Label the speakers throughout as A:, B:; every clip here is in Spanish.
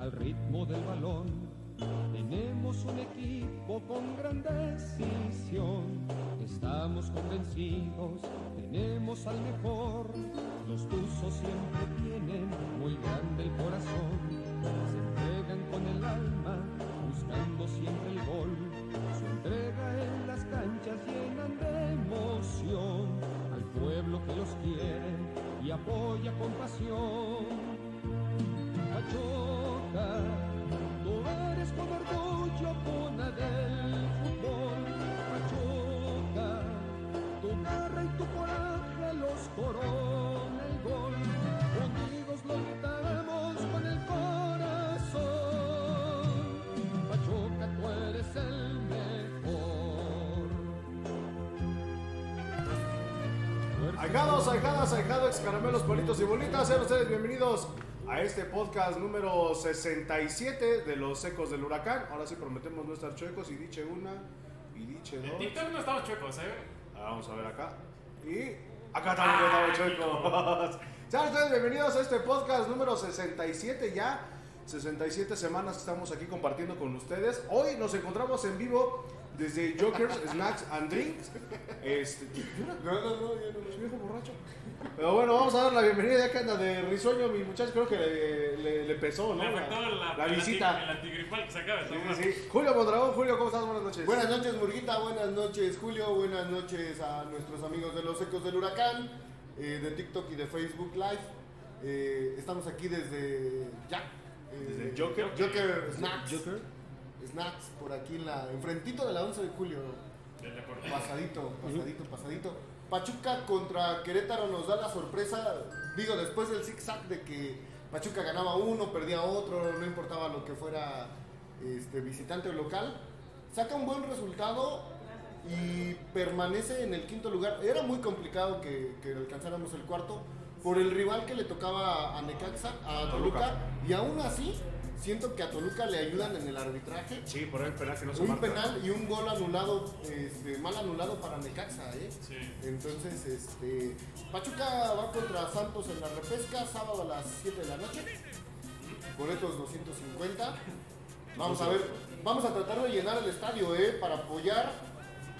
A: al ritmo del balón. Tenemos un equipo con gran decisión. Estamos convencidos, tenemos al mejor. Los tuzos siempre tienen muy grande el corazón. Se entregan con el alma, buscando siempre el gol. Su entrega en las canchas llenan de emoción al pueblo que los quiere y apoya con pasión. Pachuca, tú eres con orgullo cuna del fútbol. Pachuca, tu garra y tu coraje los corona el gol. Unidos lo gritamos con el corazón. Pachuca, tú eres el mejor.
B: Ajados, ajadas, ajados, caramelos, palitos y bolitas, sean ustedes bienvenidos a este podcast número 67 de los ecos del huracán. Ahora sí prometemos no estar chuecos y diche una y diche
C: En
B: dos.
C: TikTok no estamos chuecos, ¿eh?
B: Ahora Ah, vamos a ver acá. Ah, Y acá también estamos chuecos. Sean ustedes bienvenidos a este podcast número 67 ya. 67 semanas que estamos aquí compartiendo con ustedes. Hoy nos encontramos en vivo desde Jokers, Snacks and Drinks. Este,
D: No, no, no, yo no.
B: Soy viejo borracho. Pero bueno, vamos a dar la bienvenida ya que anda de risueño mi muchacho, creo que le, le, le pesó, ¿no?
C: Le afectó la,
B: la
C: tig-
B: visita.
C: La tigripal que se acaba de
B: Sí,
C: tomar.
B: sí, sí. Julio Mondragón, Julio, ¿cómo estás? Buenas noches.
D: Buenas noches, Murguita. Buenas noches, Julio. Buenas noches a nuestros amigos de los Ecos del Huracán, eh, de TikTok y de Facebook Live. Eh, estamos aquí desde Jack. eh,
B: Desde Joker.
D: Joker Snacks.
B: Joker.
D: Snacks, por aquí en la. Enfrentito de la 11 de julio.
C: Del deportivo.
D: Pasadito, pasadito, pasadito. Pachuca contra Querétaro nos da la sorpresa. Digo, después del zig-zag de que Pachuca ganaba uno, perdía otro, no importaba lo que fuera este, visitante o local. Saca un buen resultado y permanece en el quinto lugar. Era muy complicado que, que alcanzáramos el cuarto por el rival que le tocaba a Necaxa, a Toluca. Y aún así, siento que a Toluca le ayudan en el arbitraje.
B: Sí, por el penal que no se
D: Un
B: marca.
D: penal y un gol anulado, este, mal anulado para Necaxa, ¿eh?
C: Sí.
D: Entonces, este, Pachuca va contra Santos en la repesca, sábado a las 7 de la noche. Boletos 250. Vamos a ver, vamos a tratar de llenar el estadio, ¿eh? Para apoyar.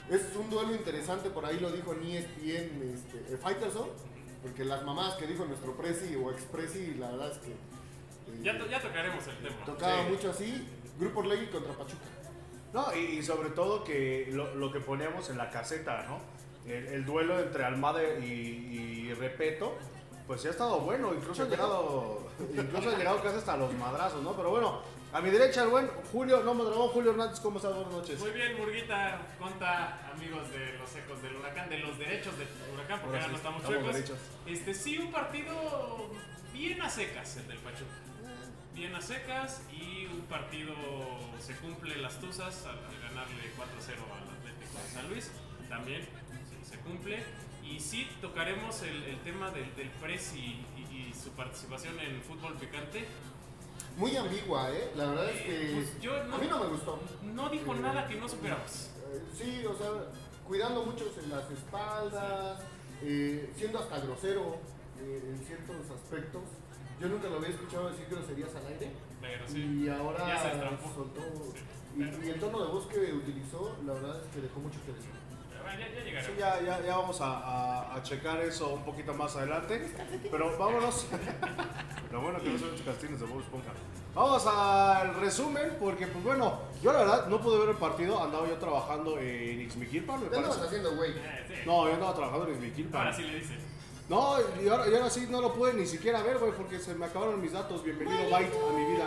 D: Es un duelo interesante, por ahí lo dijo en E ESPN, este, eh, Fighterson, porque las mamás que dijo nuestro Prezi o Expresi, la verdad es que... eh,
C: Ya, to- ya tocaremos el tema.
D: Tocaba
B: Sí.
D: mucho así, Grupo Orlegui contra Pachuca.
B: No, y, y sobre todo que lo, lo que poníamos en la caseta, ¿no? El, el duelo entre Almada y, y Repeto, pues ya ha estado bueno, incluso ha llegado, incluso ha llegado casi hasta los madrazos, ¿no? Pero bueno, a mi derecha el buen Julio, no, Mondragón, Julio Hernández, ¿cómo estás? Buenas noches.
C: Muy bien, Murguita, conta, amigos de los ecos del huracán, de los derechos del huracán, porque
B: Ahora
C: ahora
B: sí,
C: no estamos,
B: estamos
C: chuecos.
B: derechos.
C: Este, sí, un partido bien a secas el del Pachuca. Bien a secas y un partido se cumple las tuzas al, al ganarle 4-0 al Atlético de San Luis. También se- se cumple. Y sí, tocaremos el, el tema del, del Prezi y, y su participación en fútbol picante.
D: Muy ambigua, ¿eh? La verdad es que
C: Pues yo no-
D: a mí no me gustó.
C: No dijo nada que no superamos.
D: Eh, sí, o sea, cuidando mucho en las espaldas, eh, siendo hasta grosero eh, en ciertos aspectos. Yo nunca lo había escuchado decir groserías al aire.
C: Pero sí.
D: Y ahora
C: Ya se destrampó.
D: soltó.
C: Sí,
D: Y,
C: pero-
D: y el tono de voz que utilizó, la verdad es que dejó mucho que decir.
C: Pero bueno, ya, ya llegaremos.
B: Sí, ya, ya, ya vamos a, a- a checar eso un poquito más adelante. Pero vámonos. Lo bueno que no son chicastines de Bob Esponja. Vamos al resumen, porque pues bueno, yo la verdad no pude ver el partido, andaba yo trabajando en Ixmiquilpan, me
D: ¿Qué andabas
B: parece.
D: haciendo, güey?
C: Eh, sí.
B: No, yo andaba trabajando en
C: Ahora
B: Ixmiquilpan.
C: sí le dice.
B: No, y ahora, y ahora sí no lo pude ni siquiera ver, güey, porque se me acabaron mis datos. Bienvenido, Byte, a mi vida.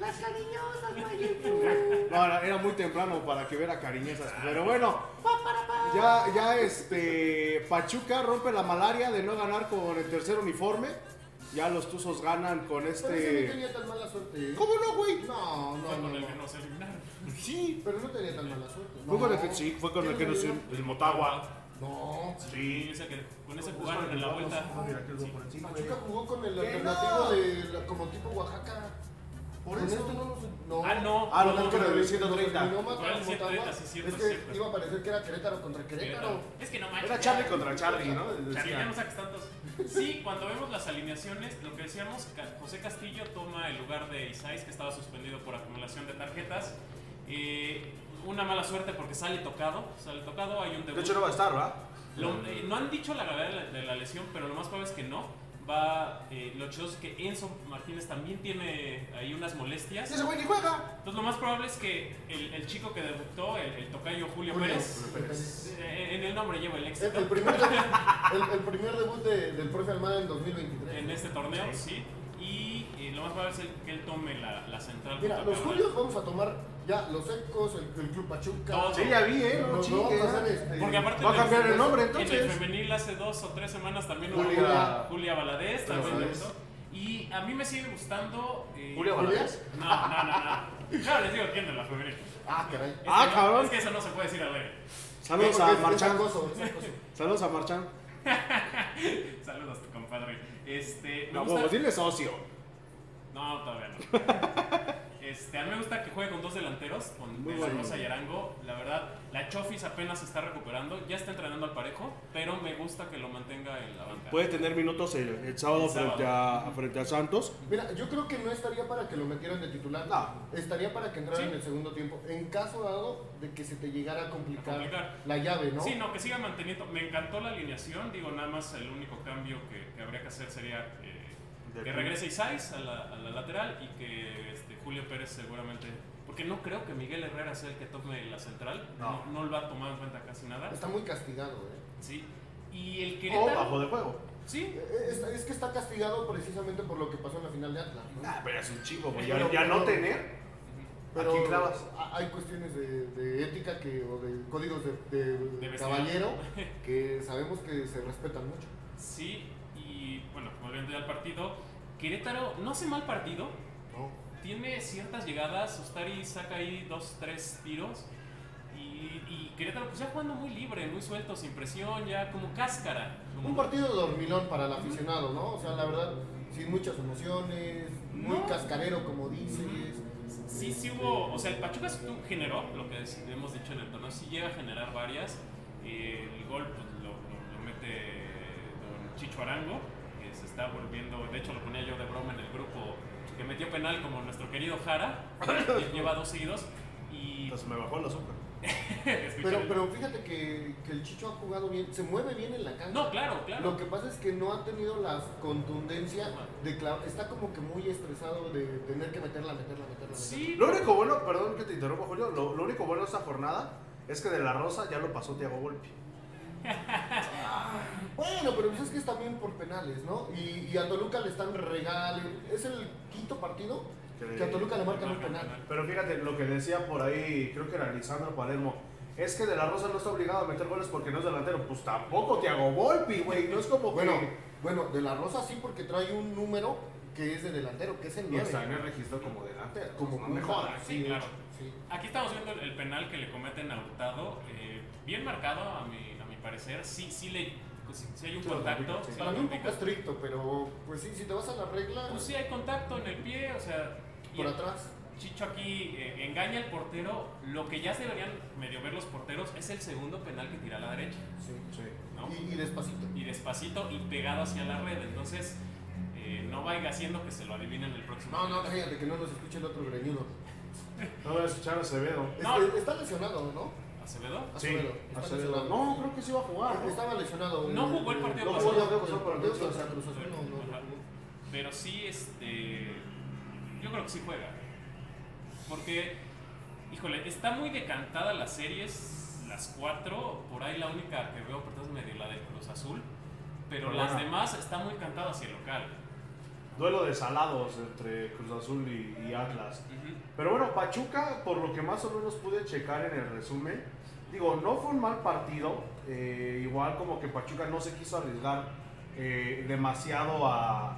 E: Las cariñosas,
B: No, era, era muy temprano para que viera cariñosas. Pero bueno, ya, ya este. Pachuca rompe la malaria de no ganar con el tercer uniforme. Ya los tuzos ganan con
D: Por eso no
B: este.
D: tenía tan mala suerte. ¿eh?
B: ¿Cómo no, güey?
D: No,
C: Fue
D: no, no.
C: con el que
D: no.
C: nos eliminaron.
B: Sí.
D: Pero no tenía tan mala suerte.
B: Fue con el
D: No.
B: que sí, fue con el que nos.
D: ¿Quién
B: El Motagua.
D: No.
C: Y ese que- con ese jugaron en la vuelta.
D: Pachuca jugó con el alternativo
B: no.
D: de la- como tipo Oaxaca. Por
B: Con
D: eso
B: esto
D: no nos.
C: Ah, no.
B: Ah, lo
C: no,
B: que
C: no,
B: con el
C: no.
B: 130.
D: Nos terminó
C: Fue el 130,
D: Motagua.
C: sí, cierto,
D: Es que
C: cierto.
D: iba a parecer que era Querétaro contra Querétaro.
C: Es que no manches.
B: Era
C: ya.
B: Charlie contra Charlie, ¿no?
C: Charlie, ya
B: Decían.
C: no saques tantos. Sí, cuando vemos las alineaciones, lo que decíamos, Ca- José Castillo toma el lugar de Isais, que estaba suspendido por acumulación de tarjetas. Eh, una mala suerte porque sale tocado. Sale tocado, hay un debut.
B: De hecho, no va a estar, ¿verdad?
C: Lo- eh, no han dicho la gravedad de la, de la lesión, pero lo más probable es que no. Va, eh, lo chistoso es que Enzo Martínez también tiene ahí unas molestias.
B: Ese güey ni juega.
C: Entonces lo más probable es que el, el chico que debutó, el, el tocayo Julio,
D: Julio,
C: Pérez,
D: Julio
C: eh, en el nombre lleva el
D: El,
C: éxito
D: el primer debut, el, el primer debut de- del profe Almada en 2023.
C: en este torneo, sí. Y eh, lo más probable es el- que él tome la, la central.
D: Mira,
C: junto a
D: los
C: Cabral.
D: Julios vamos a tomar ya los Ecos, el, el Club Pachuca.
C: Todos.
B: Sí, ya vi, ¿eh? No
D: Los- los
B: chingues.
D: vamos a hacer, este,
C: Porque aparte
B: Va a
C: en
B: cambiar el nombre,
C: En el
B: entonces.
C: femenil hace dos o tres semanas también hubo
B: Julia-
C: Julia, Julia Valadez, también
B: Valadez.
C: debutó. Y a mí me sigue gustando... eh,
B: Julia Valadez.
C: No, no, no, no. Yo les digo quién de la femenil.
D: Ah, caray.
C: Es
B: Ah,
C: que no-
B: cabrón.
C: Es que eso no se puede decir al aire.
D: Sí,
B: Saludos
D: porque
B: a
D: es- es
B: Marchán.
D: acoso, es acoso.
B: Saludos a Marchán.
C: Saludos, tu compadre. Este, me
B: No,
C: gusta-
B: huevo, dile socio.
C: No, todavía no. Este, a mí me gusta que juegue con dos delanteros, con
B: Muy
C: de la
B: bueno.
C: Rosa y Arango. La verdad, la Chofis apenas se está recuperando, ya está entrenando al parejo, pero me gusta que lo mantenga en la
B: Pues,
C: banca.
F: Puede tener minutos el, el sábado,
C: El sábado.
F: Frente, a, frente a Santos.
D: Mira, yo creo que no estaría para que lo metieran de titular.
B: No.
D: Estaría para que entrara
C: Sí.
D: en el segundo tiempo. En caso dado de que se te llegara a complicar,
C: A complicar.
D: la llave, ¿no?
C: Sí, no, que siga manteniendo. Me encantó la alineación, digo, nada más el único cambio que, que habría que hacer sería eh, que
B: Del-
C: regrese Isais a la, a la lateral y que este, Julio Pérez seguramente... Porque no creo que Miguel Herrera sea el que tome la central,
B: No.
C: no, no lo ha tomado en cuenta casi nada.
D: Está muy castigado, ¿eh?
C: Sí. Y el
B: O
C: Querétaro...
B: Oh, bajo de juego.
C: Sí,
D: Eh, Es, es que está castigado precisamente por lo que pasó en la final de Atlas, ¿no?
B: Ah, pero es un chivo, güey. Ya,
D: Pero-
B: ya no tener.
D: Pero
B: ¿A quién clavas?
D: a- hay cuestiones de, de ética que, o de códigos de, de
C: vestir.
D: caballero que sabemos que se respetan mucho.
C: Sí, y bueno, volviendo ya al partido, Querétaro no hace mal partido,
D: ¿no?
C: tiene ciertas llegadas, Ostari saca ahí dos, tres tiros, y, y Querétaro pues ya jugando muy libre, muy suelto, sin presión, ya como cáscara. como-
D: Un partido dormilón para el aficionado, ¿no? O sea, la verdad, sin muchas emociones, muy
C: No.
D: cascarero, como dices.
C: Sí, sí hubo, o sea, el Pachuca sí tuvo- generó, lo que dec- hemos dicho en el torneo, sí llega a generar varias, eh, el gol pues, lo, lo- lo mete don Chicho Arango, que se está volviendo, de hecho lo ponía yo de broma en el grupo, que metió penal como nuestro querido Jara, que lleva dos seguidos, y...
B: Pues me bajó el azúcar.
D: Pero,
C: escuchen-
D: pero fíjate que, que el Chicho ha jugado bien, se mueve bien en la cancha.
C: No, claro, claro.
D: Lo que pasa es que no ha tenido la contundencia de clav- está como que muy estresado de tener que meterla, meterla, meterla.
C: Sí,
B: Lo único bueno, perdón que te interrumpa, Julio. Lo, lo único bueno de esta jornada es que de la Rosa ya lo pasó Tiago Volpi.
D: meterla. Bueno, pero pues es que es también por penales, ¿no? Y, y a Toluca le están regalen. Es el quinto partido
B: Que-
D: que a Toluca le marcan un
C: marcan
D: penal.
C: penal.
B: Pero fíjate lo que decía por ahí, creo que era Lisandro Palermo. Es que De La Rosa no está obligado a meter goles porque no es delantero. Pues tampoco Tiago Volpi, güey. No es como que-
D: Bueno, bueno, de la Rosa sí porque trae un número que es de delantero, que es el
B: Y
D: 9.
B: está en el registro como delantero.
D: Como
B: no me
D: punta.
B: jodas.
C: Pues sí, claro.
D: Sí.
C: Aquí estamos viendo el- el penal que le cometen a Hurtado, eh, bien marcado a mi, a mi parecer, sí, sí le... sí- sí hay un
B: Sí, lo
C: contacto,
B: complica, sí.
C: sí
D: Para
C: lo
D: mí un poco
C: complica.
D: estricto, pero pues sí, si te vas a la regla,
C: Pues sí hay contacto en el pie, o sea... y
D: por
C: el
D: atrás.
C: Chicho aquí eh, engaña al portero, lo que ya deberían medio ver los porteros es el segundo penal que tira a la derecha,
D: Sí.
B: Sí.
C: ¿no?
D: Y, y despacito.
C: Y despacito y pegado hacia la red, entonces eh, no vaya haciendo que se lo adivinen el próximo.
D: No, no, cállate que no nos escuche el otro greñudo.
B: No voy a escuchar a Acevedo.
C: No.
D: Este, está lesionado, ¿no?
C: ¿Acevedo?
D: Acevedo. Está lesionado. E-,
B: No, creo que sí va a jugar. ¿no?
D: Estaba lesionado.
C: No jugó el partido
D: no
C: pasado.
D: jugó el partido pasado.
B: Ajá.
D: Cruz Azul, no, no,
C: Ajá.
D: no.
C: Pero sí, este. Yo creo que sí juega. Porque, híjole, está muy decantada las series, las cuatro. Por ahí la única que veo por es medio la del Cruz Azul. Pero
B: Pero
C: las
B: bueno.
C: demás están muy cantadas y el local.
B: Duelo de salados entre Cruz Azul y, y Atlas.
C: Ujú.
B: Pero bueno, Pachuca, por lo que más o menos pude checar en el resumen, digo, no fue un mal partido. eh, igual como que Pachuca no se quiso arriesgar eh, demasiado a,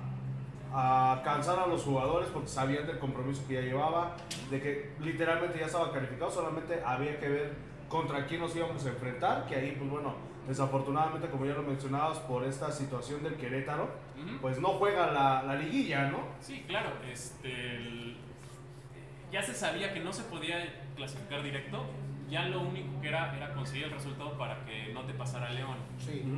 B: a cansar a los jugadores porque sabían del compromiso que ya llevaba, de que literalmente ya estaba calificado, solamente había que ver contra quién nos íbamos a enfrentar, que ahí pues bueno, desafortunadamente como ya lo mencionabas, por esta situación del Querétaro,
C: Ujú.
B: pues no juega la, la liguilla, ¿no?
C: Sí, claro. Este, el- ya se sabía que no se podía clasificar directo, ya lo único que era era conseguir el resultado para que no te pasara León.
D: Sí.
F: Ujú.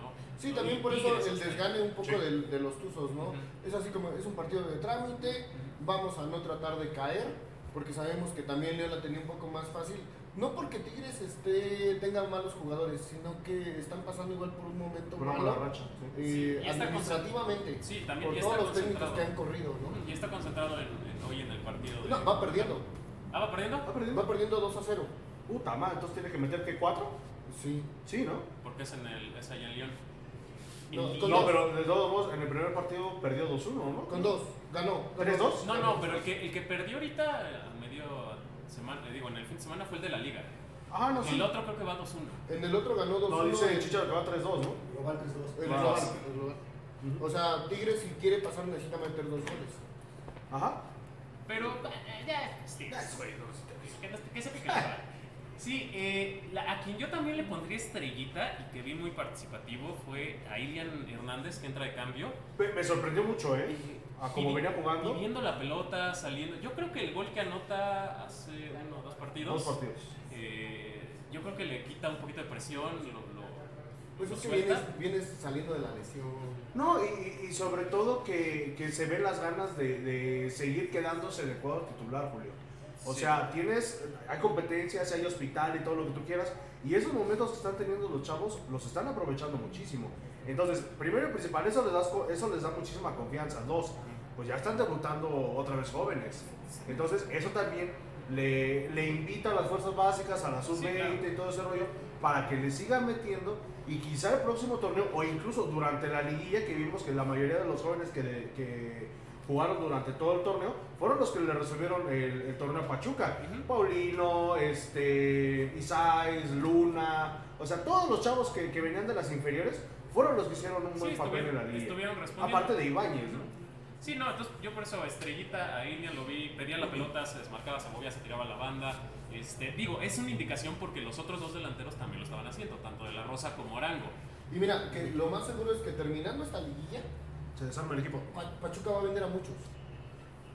C: ¿no?
D: Sí,
C: Y
D: también por eso
C: Tigres, este,
D: el
C: sí.
D: desgane un poco
C: Sí.
D: del- de los tuzos, ¿no?
C: Ujú.
D: Es así como, es un partido de trámite, vamos a no tratar de caer, porque sabemos que también León la tenía un poco más fácil. No porque Tigres esté, tenga malos jugadores, sino que están pasando igual por un momento
B: Una mala
D: malo,
B: racha. sí.
D: eh,
C: Sí, y está
D: administrativamente,
C: Sí, también
D: por
C: ya
D: todos
C: está
D: los técnicos
C: concentrado.
D: que han corrido, ¿no?
C: Y está concentrado en- en- hoy en el partido. de-
D: No, va perdiendo,
C: ¿Ah, va perdiendo?
B: ¿Ha perdido?
D: va perdiendo 2 a 0.
F: Puta madre, entonces tiene que meter que cuatro.
D: Sí,
F: Sí, ¿no?
C: Porque es, en el, es allá en León.
D: No,
C: Y-
D: con
B: No,
D: dos.
B: pero de todos modos, en el primer partido perdió 2-1, ¿no?
D: con 2, ganó.
B: ¿3-2?
C: No, no, pero el que, el que perdió ahorita, eh, a medio semana, eh, digo, en el fin de semana fue el de la liga.
B: Ajá, Ah, no, sí.
C: El otro creo que va 2-1.
D: En el otro ganó 2
B: No, dice Chicha que va 3-2, ¿no?
G: Global 3-2.
D: El
B: Más.
D: global, el global. O sea, Tigres si quiere pasar necesita meter dos goles.
B: Ajá.
C: Pero, eh, ya, sí, que no- que se pique la cara. Sí, eh, la- a quien yo también le pondría estrellita y que vi muy participativo fue a Ilian Hernández que entra de cambio.
B: Me, me sorprendió mucho, ¿eh? A como
C: Y-
B: venía jugando.
C: Y viendo la pelota, saliendo. Yo creo que el gol que anota hace uno, dos partidos.
B: Dos partidos.
C: eh, yo creo que le quita un poquito de presión. Lo, lo-
D: Pues
C: lo
D: es que
C: suelta.
D: vienes, vienes saliendo de la lesión.
B: No, y, y- y sobre todo que, que se ven las ganas de, de seguir quedándose en el cuadro titular, Julio. O
C: Sí.
B: sea, tienes, hay competencias, hay hospital y todo lo que tú quieras. Y esos momentos que están teniendo los chavos los están aprovechando muchísimo. Entonces, primero y principal, eso les, das co- eso les da muchísima confianza. Dos, pues ya están debutando otra vez jóvenes. Entonces, eso también le, le invita a las fuerzas básicas, a la
C: Sí,
B: sub-20
C: claro.
B: y todo ese rollo, para que le sigan metiendo y quizá el próximo torneo, o incluso durante la liguilla que vimos que la mayoría de los jóvenes que, le- que jugaron durante todo el torneo fueron los que le resolvieron el, el torneo a Pachuca.
C: Ujú.
B: Paulino, este, Isais, Luna, o sea, todos los chavos que, que venían de las inferiores fueron los que hicieron un
C: Sí,
B: buen papel en la
C: estuvieron,
B: liguilla.
C: estuvieron respondiendo.
B: Aparte de Ibáñez, ¿no?
C: Sí, no, entonces yo por eso Estrellita a Ilian lo vi, pedía la pelota, se desmarcaba, se movía, se tiraba la banda. Este, digo, es una indicación porque los otros dos delanteros también lo estaban haciendo, tanto de la Rosa como Arango.
D: Y mira, que lo más seguro es que terminando esta liguilla,
B: Se desarma el equipo.
D: Pa- Pachuca va a vender a muchos.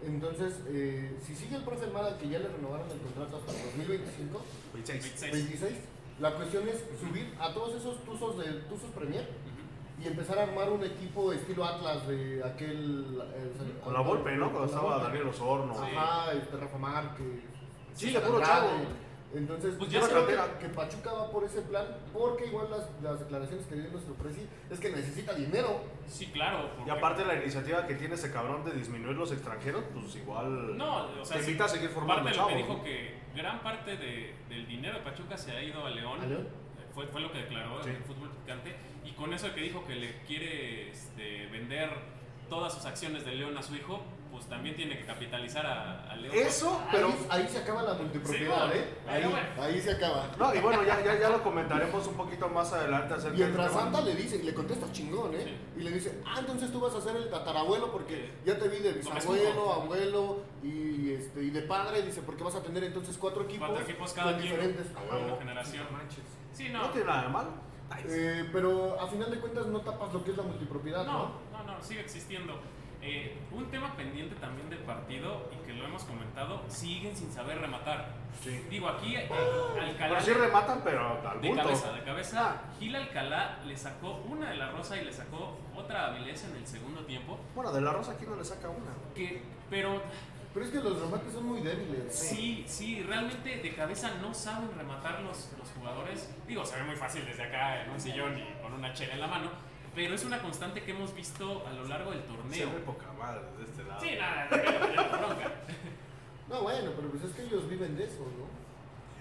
D: Entonces, eh, si sigue el profe Almada, que ya le renovaron el contrato hasta el 2025,
B: 26.
C: 26.
D: 26, la cuestión es subir a todos esos tuzos de tuzos Premier y empezar a armar un equipo estilo Atlas de aquel... eh, o sea,
B: Con la golpe, ¿no? Cuando
D: con la
B: estaba
D: Volpe.
B: Daniel Osorno.
C: Sí.
D: Ajá, este Rafa Márquez.
B: Sí,
D: César
B: de puro
D: Andrade.
B: chavo.
D: Entonces,
C: Pues
D: yo
C: ya se
D: creo
B: cantera.
D: que, que Pachuca va por ese plan, porque igual las, las declaraciones que dio nuestro presi es que necesita dinero.
C: Sí, claro. porque-
B: Y aparte la iniciativa que tiene ese cabrón de disminuir los extranjeros, pues igual
C: No, o sea,
B: te
C: sí,
B: invita a seguir
C: Parte
B: formando
C: de lo
B: chavos.
C: que
B: ¿no?
C: dijo que gran parte de- del dinero de Pachuca se ha ido a León.
D: ¿A León?
C: Fue, fue lo que declaró
B: Sí.
C: en el fútbol picante. Y con eso que dijo que le quiere este, vender todas sus acciones de León a su hijo, pues también tiene que capitalizar a, a León.
B: Eso, pero...
D: ahí, ahí se acaba la multipropiedad,
C: Sí,
D: ¿eh?
C: bueno.
D: Ahí,
C: Pero bueno.
D: ahí se acaba.
B: No, y bueno, ya, ya, ya lo comentaremos un poquito más adelante acerca este
D: Y el
B: del tema.
D: Santa le dice, le contesta chingón, ¿eh? Y le dice, ah, entonces tú vas a ser el tatarabuelo porque
C: Sí.
D: ya te vi de
C: No me
D: bisabuelo,
C: escupo.
D: abuelo y, este, y de padre. Dice, porque vas a tener entonces cuatro equipos,
C: Cuatro equipos cada
D: con
C: quien.
D: diferentes.
C: Cada
D: Ajá.
C: generación. Sí, no.
B: No tiene nada de malo.
D: Eh, pero a final de cuentas no tapas lo que es la multipropiedad, ¿no?
C: No, no, no, sigue existiendo. Eh, un tema pendiente también del partido y que lo hemos comentado, siguen sin saber rematar.
B: Sí.
C: Digo, aquí eh, Alcalá
B: Pero sí rematan, pero al
C: de
B: bulto.
C: cabeza, de cabeza, Gil Alcalá le sacó una de la rosa y le sacó otra a Avilés en el segundo tiempo,
B: Bueno, de la Rosa aquí no le saca una.
C: que pero
D: Pero es que los remates son muy débiles. ¿eh?
C: sí, sí, realmente de cabeza no saben rematar los, los jugadores. Digo, se ve muy fácil desde acá en un sillón y con una chela en la mano, pero es una constante que hemos visto a lo largo del
F: Se
C: torneo.
F: ve poca madre de este lado.
C: Sí, nada, de- de la bronca.
D: No, bueno, pero pues es que ellos viven de eso, ¿no?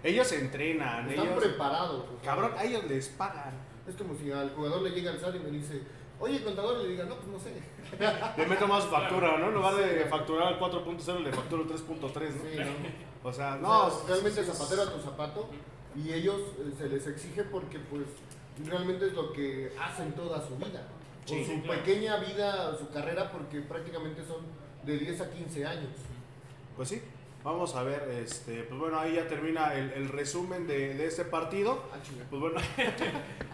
B: Ellos se entrenan,
D: Están
B: ellos...
D: preparados. o sea.
B: Cabrón, a ellos les pagan.
D: Es como si al jugador le llega el SAT y me dice, oye, el contador, y le diga, no, pues no sé.
B: Le meto más factura, ¿no? En lugar de facturar al 4.0, le facturo el 3.3, ¿no?
D: Sí, ¿no?
B: O sea,
D: No,
B: no... pues,
D: o sea, realmente zapatero a tu zapato y ellos eh, se les exige porque pues realmente es lo que hacen toda su vida.
B: Sí,
D: o su
C: sí, claro.
D: pequeña vida, su carrera, porque prácticamente son de 10 a 15 años.
B: Pues sí. Vamos a ver, este, pues bueno, ahí ya termina el, el resumen de, de este partido.
D: Ah, chinga.
B: Pues bueno,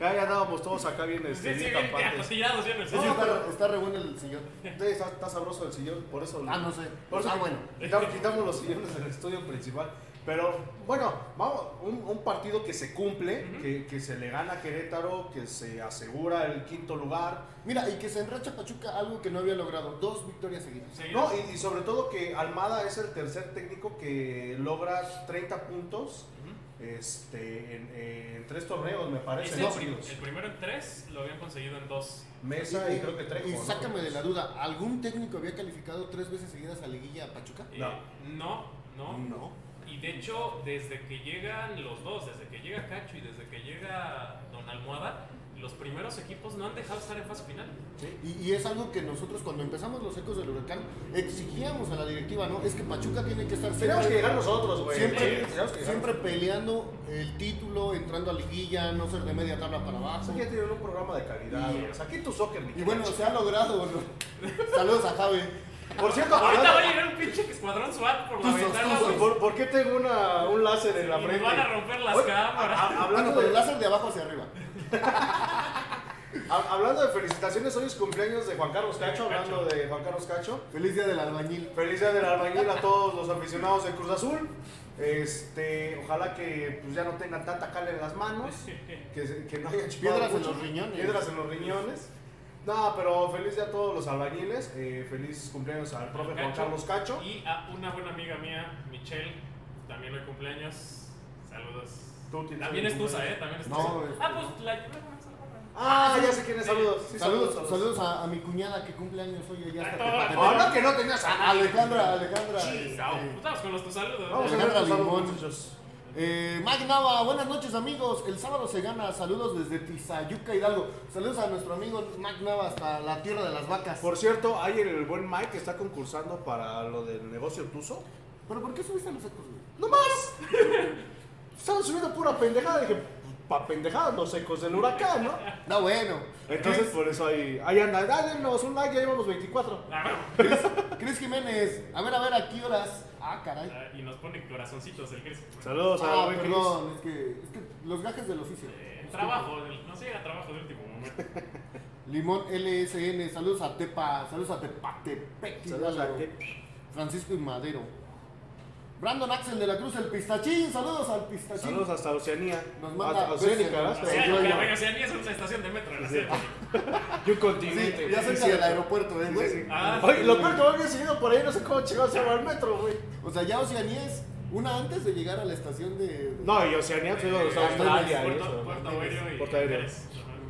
B: ya, ya andábamos todos acá bien, este,
C: Sí, sí,
B: bien
C: bien
B: campantes.
C: atostillados, ya no sé.
D: Sí, está, está re bueno el sillón.
B: Sí, Está, está sabroso el sillón, por eso.
D: Ah, no sé.
B: Por eso
D: Ah, bueno.
B: quitamos, quitamos los sillones del estudio principal. Pero bueno, vamos, un, un partido que se cumple, que, que se le gana a Querétaro, que se asegura el quinto lugar.
D: Mira, y que se enracha Pachuca algo que no había logrado. Dos victorias seguidas.
C: Sí,
B: No, y, y sobre todo que Almada es el tercer técnico que logra 30 puntos este, en, en tres torneos, me parece.
C: Ese
B: ¿no?
C: es el, el primero en tres lo habían conseguido en dos.
B: Mesa y, creo que Trejo.
D: Y
B: ¿no?
D: sácame de la duda, ¿algún técnico había calificado tres veces seguidas a Liguilla a Pachuca?
C: Eh,
B: No.
C: no, no.
D: No.
C: Y de hecho, desde que llegan los dos, desde que llega Cacho y desde que llega Don Almohada, los primeros equipos no han dejado estar en fase final.
D: Y, y es algo que nosotros cuando empezamos los ecos del huracán exigíamos a la directiva, ¿no? Es que Pachuca tiene que estar
B: Tenemos que
D: siempre,
B: llegar nosotros, güey.
D: siempre,
B: Sí, tenemos que llegar
D: siempre peleando el título, entrando a liguilla, no ser de media tabla para abajo.
B: Aquí ya tienen un programa de calidad.
C: Y-
B: güey. O sea, aquí tu soccer, mi
D: Y bueno, se ha logrado, ¿no? Saludos a Javi.
B: Por cierto,
C: Ahorita va a
B: hablando-
C: llegar un pinche escuadrón SWAT por la
D: Tuzos,
C: ventana.
D: tuzos.
C: güey,
B: ¿por, por qué tengo una, un láser en la
C: Y nos
B: frente?
C: van a romper las
B: Oye,
C: cámaras.
B: a- a-
D: Bueno,
B: hablando,
D: pero el
B: de,
D: láser de abajo hacia arriba.
B: a- hablando de felicitaciones, hoy es cumpleaños de Juan Carlos Cacho. Hablando de Juan Carlos Cacho.
D: Feliz día del albañil.
B: Felicidades del albañil a todos los aficionados de Cruz Azul. Este, ojalá que pues, ya no tengan tanta cal en las manos, que, se- que no hayan chupado
D: Piedras en
B: mucho.
D: los riñones.
B: Piedras en los riñones. No, pero feliz día a todos los albañiles. eh, feliz cumpleaños al profe Juan
C: Cacho.
B: Carlos Cacho.
C: Y a una buena amiga mía, Michelle, también hoy cumpleaños. Saludos.
B: Tú tienes
C: También es
B: cumpleaños.
C: tusa, ¿eh? También es
D: No,
C: tusa.
D: es-
C: Ah, pues la llevé
B: Ah, ya sé quién es. Saludos. Sí,
D: saludos, saludos, a, a mi cuñada que cumple años hoy allá hasta
C: Ahora-
D: Tepatepec.
B: Ahora que no tenías a
D: Alejandra, Alejandra. este,
C: Pues vamos con los tus saludos.
B: Vamos a
C: ¿eh?
B: ver
D: Alejandra
B: los saludos,
D: Limón.
B: muchachos.
D: Eh, Mike Nava, buenas noches amigos. El sábado se gana. Saludos desde Tizayuca Hidalgo. Saludos a nuestro amigo Mike Nava hasta la tierra de las vacas.
B: Por cierto, hay el buen Mike que está concursando para lo del negocio Tuso.
D: ¿Pero por qué subiste los ecos, güey?
B: ¡No más! Estaban subiendo pura pendejada. Dije, pa pendejadas los ecos del huracán, ¿no?
D: No, bueno.
B: Entonces, por eso ahí, ahí anda. Dádenos un like, ya llevamos 24.
C: Ah,
D: Chris, Chris Jiménez, a ver, a ver, ¿a qué horas? Ah, caray.
C: ah, Y nos pone corazoncitos el Chris.
B: Saludos a
D: Ah,
B: buen Chris.
D: perdón, es que, es que los gajes del oficio.
C: Eh, trabajo, el- no se llega a trabajo de último momento.
D: Limón LSN, saludos a Tepa, saludos a Tepatepec.
B: Saludos a
D: Hidalgo.
B: Tep.
D: Francisco y Madero. Brandon Axel de la Cruz, el pistachín, saludos al pistachín.
B: Saludos hasta Oceanía.
D: Nos manda
B: Hasta Oceánica, ¿verdad?
C: O sea,
D: yo-
C: lo que
D: yo-
C: venga, o sea, ni es una estación de metro en la ciudad.
B: Y un
D: Sí,
B: continente.
D: ya cerca del aeropuerto, ¿eh, güey?
C: Ah,
B: Oye, lo peor que me había seguido por ahí, no sé cómo chingados se va el metro, güey.
D: O sea, ya Oceanía es una antes de llegar a la estación de.
B: No, y Oceanía, pues,
C: eh,
B: los Australia. y
C: Puerto,
B: eso.
C: Puerto Aéreo y
B: Puerto Aéreo.
C: Jerez.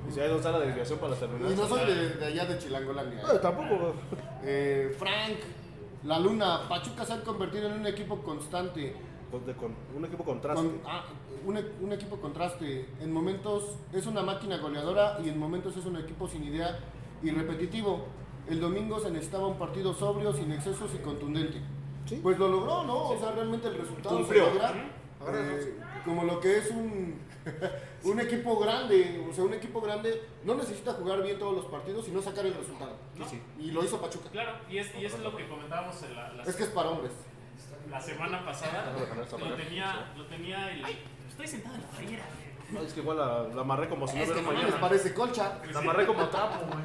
B: Y si ahí no está la desviación para terminar.
D: Y no soy de, de allá de Chilangolandia.
B: No, tampoco.
D: Eh, Frank, La Luna, Pachuca se ha convertido en un equipo constante.
B: Con, Pues de- con un equipo contraste.
D: Con- ah, un, e- un equipo contraste. En momentos es una máquina goleadora y en momentos es un equipo sin idea y repetitivo. El domingo se necesitaba un partido sobrio, sin excesos y contundente.
B: Sí.
D: Pues lo logró, ¿no? O sea, realmente el resultado
B: Cumplió.
D: se logra.
B: Ahora
D: eh, como lo que es un, un equipo grande. O sea, un equipo grande no necesita jugar bien todos los partidos, sino sacar el resultado.
C: ¿No?
D: Y lo hizo Pachuca.
C: Claro, y es, y es lo que comentábamos en la, la-
D: Es que es para hombres.
C: la semana pasada.
B: dejar esta
C: Lo
B: manera.
C: tenía, lo tenía el. Estoy sentado en la fallera.
B: No, es que igual la, la amarré como si no
D: Es que
B: hubiera
D: no
B: mañana.
D: les parece colcha.
B: La amarré como trapo, güey.